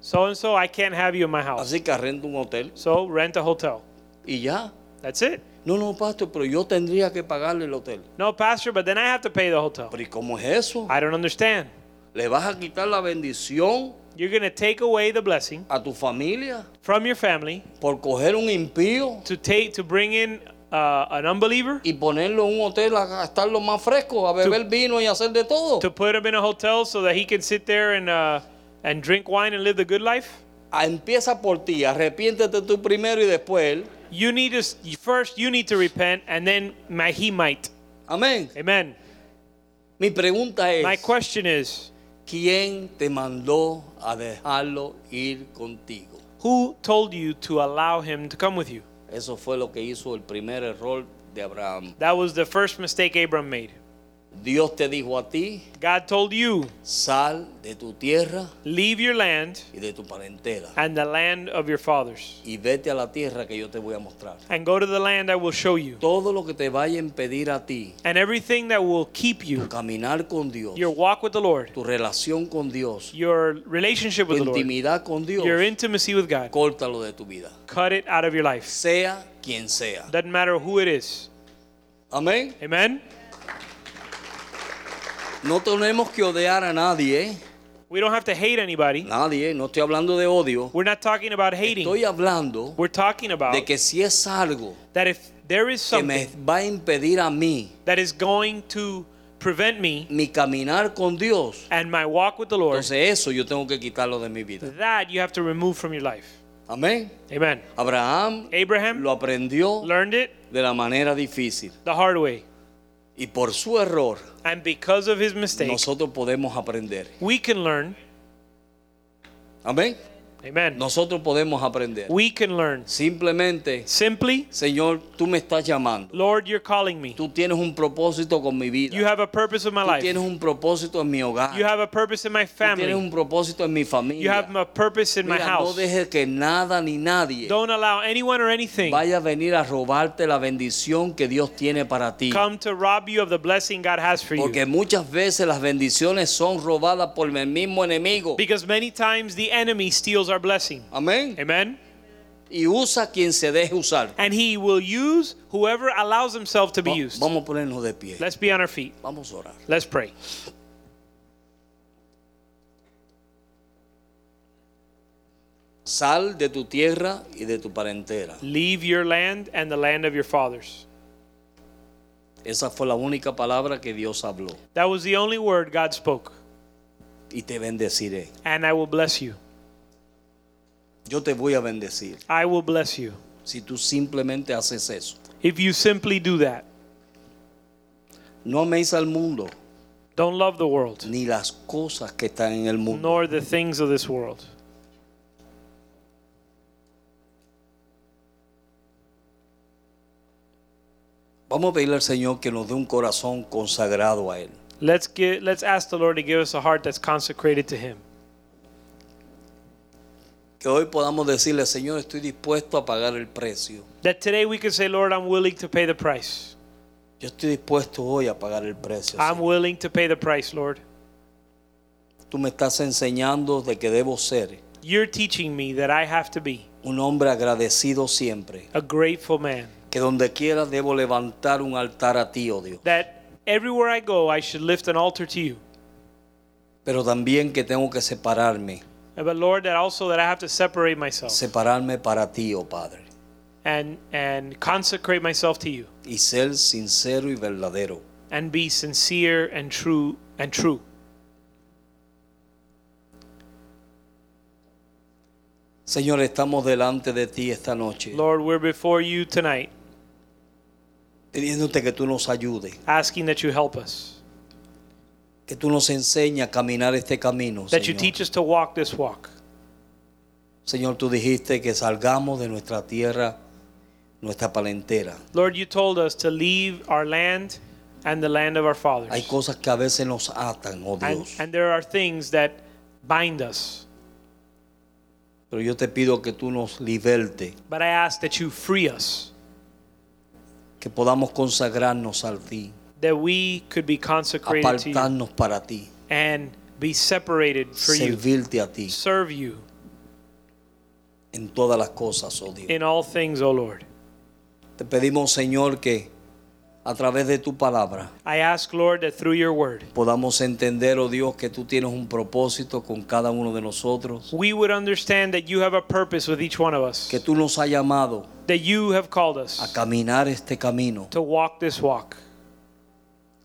Speaker 4: so and so, I can't have you in my house.
Speaker 3: Así que arrendo un hotel
Speaker 4: So rent a hotel.
Speaker 3: y ya.
Speaker 4: That's it.
Speaker 3: No, no, pastor, pero yo tendría que pagarle el hotel.
Speaker 4: No, pastor, but then I have to pay the hotel.
Speaker 3: Pero ¿y cómo es eso?
Speaker 4: I don't understand.
Speaker 3: ¿Le vas a quitar la bendición
Speaker 4: You're going to take away the blessing
Speaker 3: a tu familia
Speaker 4: from your family
Speaker 3: por coger un impío
Speaker 4: to take to bring in uh, an unbeliever
Speaker 3: y ponerlo en un hotel a gastarlo más fresco, a beber vino y hacer de todo?
Speaker 4: to put him in a hotel so that he can sit there and uh, and drink wine and live the good life.
Speaker 3: Ah, Empieza por ti, arrepiéntete tú primero y después él.
Speaker 4: You need to s- first you need to repent and then my, he might.
Speaker 3: Amén.
Speaker 4: Amen.
Speaker 3: Mi pregunta es,
Speaker 4: My question is,
Speaker 3: ¿quién te mandó a dejarlo ir contigo?
Speaker 4: who told you to allow him to come with you?
Speaker 3: Eso fue lo que hizo el primer error de Abraham.
Speaker 4: That was the first mistake Abram made.
Speaker 3: Dios te dijo a ti,
Speaker 4: God told you,
Speaker 3: sal de tu tierra
Speaker 4: leave your land
Speaker 3: y de tu parentela
Speaker 4: and the land of your fathers
Speaker 3: y vete a la tierra que yo te voy a mostrar.
Speaker 4: and go to the land I will show you.
Speaker 3: Todo lo que te vaya a impedir a ti,
Speaker 4: And everything that will keep
Speaker 3: tu
Speaker 4: you,
Speaker 3: caminar con Dios,
Speaker 4: your walk with the Lord,
Speaker 3: tu relación con Dios,
Speaker 4: your relationship
Speaker 3: tu
Speaker 4: with the Lord,
Speaker 3: intimidad con Dios,
Speaker 4: your intimacy with God,
Speaker 3: córtalo de tu vida,
Speaker 4: cut it out of your life.
Speaker 3: sea quien sea.
Speaker 4: Doesn't matter who it is.
Speaker 3: Amén.
Speaker 4: Amen?
Speaker 3: No tenemos que odiar a nadie, ¿eh?
Speaker 4: We don't have to hate anybody.
Speaker 3: nadie, no estoy hablando de odio.
Speaker 4: We're not talking about hating.
Speaker 3: Estoy hablando
Speaker 4: We're talking about
Speaker 3: de que si es algo
Speaker 4: that if there is
Speaker 3: que me
Speaker 4: something
Speaker 3: va a impedir a mí
Speaker 4: that is going to prevent me
Speaker 3: mi caminar con Dios,
Speaker 4: and my walk with the Lord,
Speaker 3: entonces eso yo tengo que quitarlo de mi vida.
Speaker 4: that you have to remove from your life.
Speaker 3: Amén.
Speaker 4: Amen.
Speaker 3: Abraham
Speaker 4: Abraham
Speaker 3: lo aprendió
Speaker 4: learned it
Speaker 3: de la manera difícil
Speaker 4: the hard way.
Speaker 3: y por su error
Speaker 4: And because of his mistake,
Speaker 3: nosotros podemos aprender.
Speaker 4: we can learn.
Speaker 3: Amén.
Speaker 4: Amen.
Speaker 3: Nosotros podemos aprender.
Speaker 4: We can learn.
Speaker 3: Simplemente,
Speaker 4: Simply,
Speaker 3: Señor, tú me estás llamando.
Speaker 4: Lord, you're calling me.
Speaker 3: Tú tienes un propósito con mi vida.
Speaker 4: You have a purpose in my
Speaker 3: Tú
Speaker 4: life.
Speaker 3: tienes un propósito en mi hogar.
Speaker 4: You have a purpose in my
Speaker 3: Tú tienes
Speaker 4: family.
Speaker 3: un propósito en mi
Speaker 4: You
Speaker 3: familia.
Speaker 4: have a purpose in my
Speaker 3: Mira, no
Speaker 4: house.
Speaker 3: dejes que nada ni nadie
Speaker 4: Don't allow anyone or anything
Speaker 3: vaya a venir a robarte la bendición que Dios tiene para ti.
Speaker 4: come to rob you of the blessing God has for you.
Speaker 3: Porque muchas veces las bendiciones son robadas por el mismo enemigo.
Speaker 4: Because many times the enemy steals our blessing.
Speaker 3: Amén.
Speaker 4: Amen.
Speaker 3: Y usa quien se deje usar.
Speaker 4: And he will use whoever allows himself to be
Speaker 3: Va-
Speaker 4: used.
Speaker 3: Vamos a ponernos de pie.
Speaker 4: Let's be on our feet.
Speaker 3: Vamos a orar.
Speaker 4: Let's pray.
Speaker 3: Sal de tu tierra y de tu parentela.
Speaker 4: Leave your land and the land of your fathers.
Speaker 3: Esa fue la única palabra que Dios habló.
Speaker 4: That was the only word God spoke.
Speaker 3: Y te bendeciré.
Speaker 4: And I will bless you.
Speaker 3: Yo te voy a bendecir.
Speaker 4: I will bless you.
Speaker 3: Si tú simplemente haces eso.
Speaker 4: If you simply do that,
Speaker 3: No améis al mundo,
Speaker 4: don't love the world,
Speaker 3: ni las cosas que están en el mundo.
Speaker 4: nor the things of this world.
Speaker 3: Vamos a pedirle al Señor que nos dé un corazón consagrado a Él.
Speaker 4: Let's get, let's ask the Lord to give us a heart that's consecrated to Him.
Speaker 3: Que hoy podamos decirle, Señor, estoy dispuesto a pagar el precio.
Speaker 4: That today we can say, Lord, I'm willing to pay the price.
Speaker 3: Yo estoy dispuesto hoy a pagar el precio.
Speaker 4: I'm
Speaker 3: Señor.
Speaker 4: willing to pay the price, Lord.
Speaker 3: Tú me estás enseñando de que debo ser
Speaker 4: You're teaching me that I have to be
Speaker 3: un hombre agradecido siempre.
Speaker 4: a grateful man.
Speaker 3: Que donde quiera debo levantar un altar a ti, oh Dios.
Speaker 4: That everywhere I go, I should lift an altar to you.
Speaker 3: Pero también que tengo que separarme.
Speaker 4: Uh, But Lord, that also that I have to separate myself
Speaker 3: Separarme para ti, oh Padre.
Speaker 4: and and consecrate myself to you
Speaker 3: Y ser sincero y verdadero.
Speaker 4: and be sincere and true and true.
Speaker 3: Señor, estamos delante de ti esta noche.
Speaker 4: Lord, we're before you tonight,
Speaker 3: Pidiéndote que tú nos ayudes.
Speaker 4: asking that you help us,
Speaker 3: Que tú nos enseñes a caminar este camino.
Speaker 4: that you
Speaker 3: Señor.
Speaker 4: teach us to walk this walk.
Speaker 3: Señor, tú dijiste que salgamos de nuestra tierra, nuestra palentera.
Speaker 4: Lord, you told us to leave our land and the land of our fathers.
Speaker 3: Hay cosas que a veces nos atan, oh
Speaker 4: And,
Speaker 3: Dios.
Speaker 4: and there are things that bind us,
Speaker 3: Pero yo te pido que tú nos liberte,
Speaker 4: but I ask that you free us,
Speaker 3: que podamos consagrarnos a ti,
Speaker 4: that we could be consecrated to you
Speaker 3: apartarnos para ti,
Speaker 4: and be separated for you,
Speaker 3: servirte a ti
Speaker 4: serve you
Speaker 3: en todas las cosas, oh Dios.
Speaker 4: in all things, O Lord.
Speaker 3: Te pedimos, Señor, que a través de tu palabra
Speaker 4: I ask, Lord, that through your word,
Speaker 3: podamos entender, oh Dios, que tú tienes un propósito con cada uno de nosotros,
Speaker 4: we would understand that you have a purpose with each one of us,
Speaker 3: que tú nos has llamado
Speaker 4: that you have called
Speaker 3: a
Speaker 4: us
Speaker 3: caminar este camino,
Speaker 4: to walk this walk,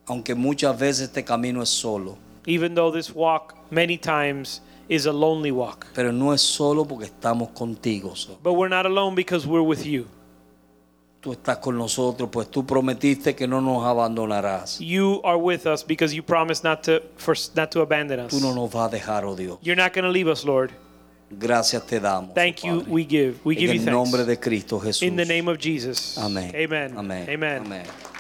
Speaker 3: aunque muchas veces este camino es solo,
Speaker 4: even though this walk many times is a lonely walk.
Speaker 3: pero no es solo porque estamos contigo. Señor.
Speaker 4: But we're not alone because we're with you.
Speaker 3: Tú estás con nosotros, pues tú prometiste que no nos abandonarás.
Speaker 4: You are with us because you promised not to for, not to abandon us.
Speaker 3: Tú no nos vas a dejar, oh Dios.
Speaker 4: You're not going to leave us, Lord.
Speaker 3: Gracias te damos. oh
Speaker 4: Thank you.
Speaker 3: Padre.
Speaker 4: We give. We
Speaker 3: en
Speaker 4: give you
Speaker 3: el
Speaker 4: thanks.
Speaker 3: nombre de Cristo Jesús.
Speaker 4: In the name of Jesus.
Speaker 3: Amén.
Speaker 4: Amen.
Speaker 3: Amén.
Speaker 4: Amen.
Speaker 3: Amén.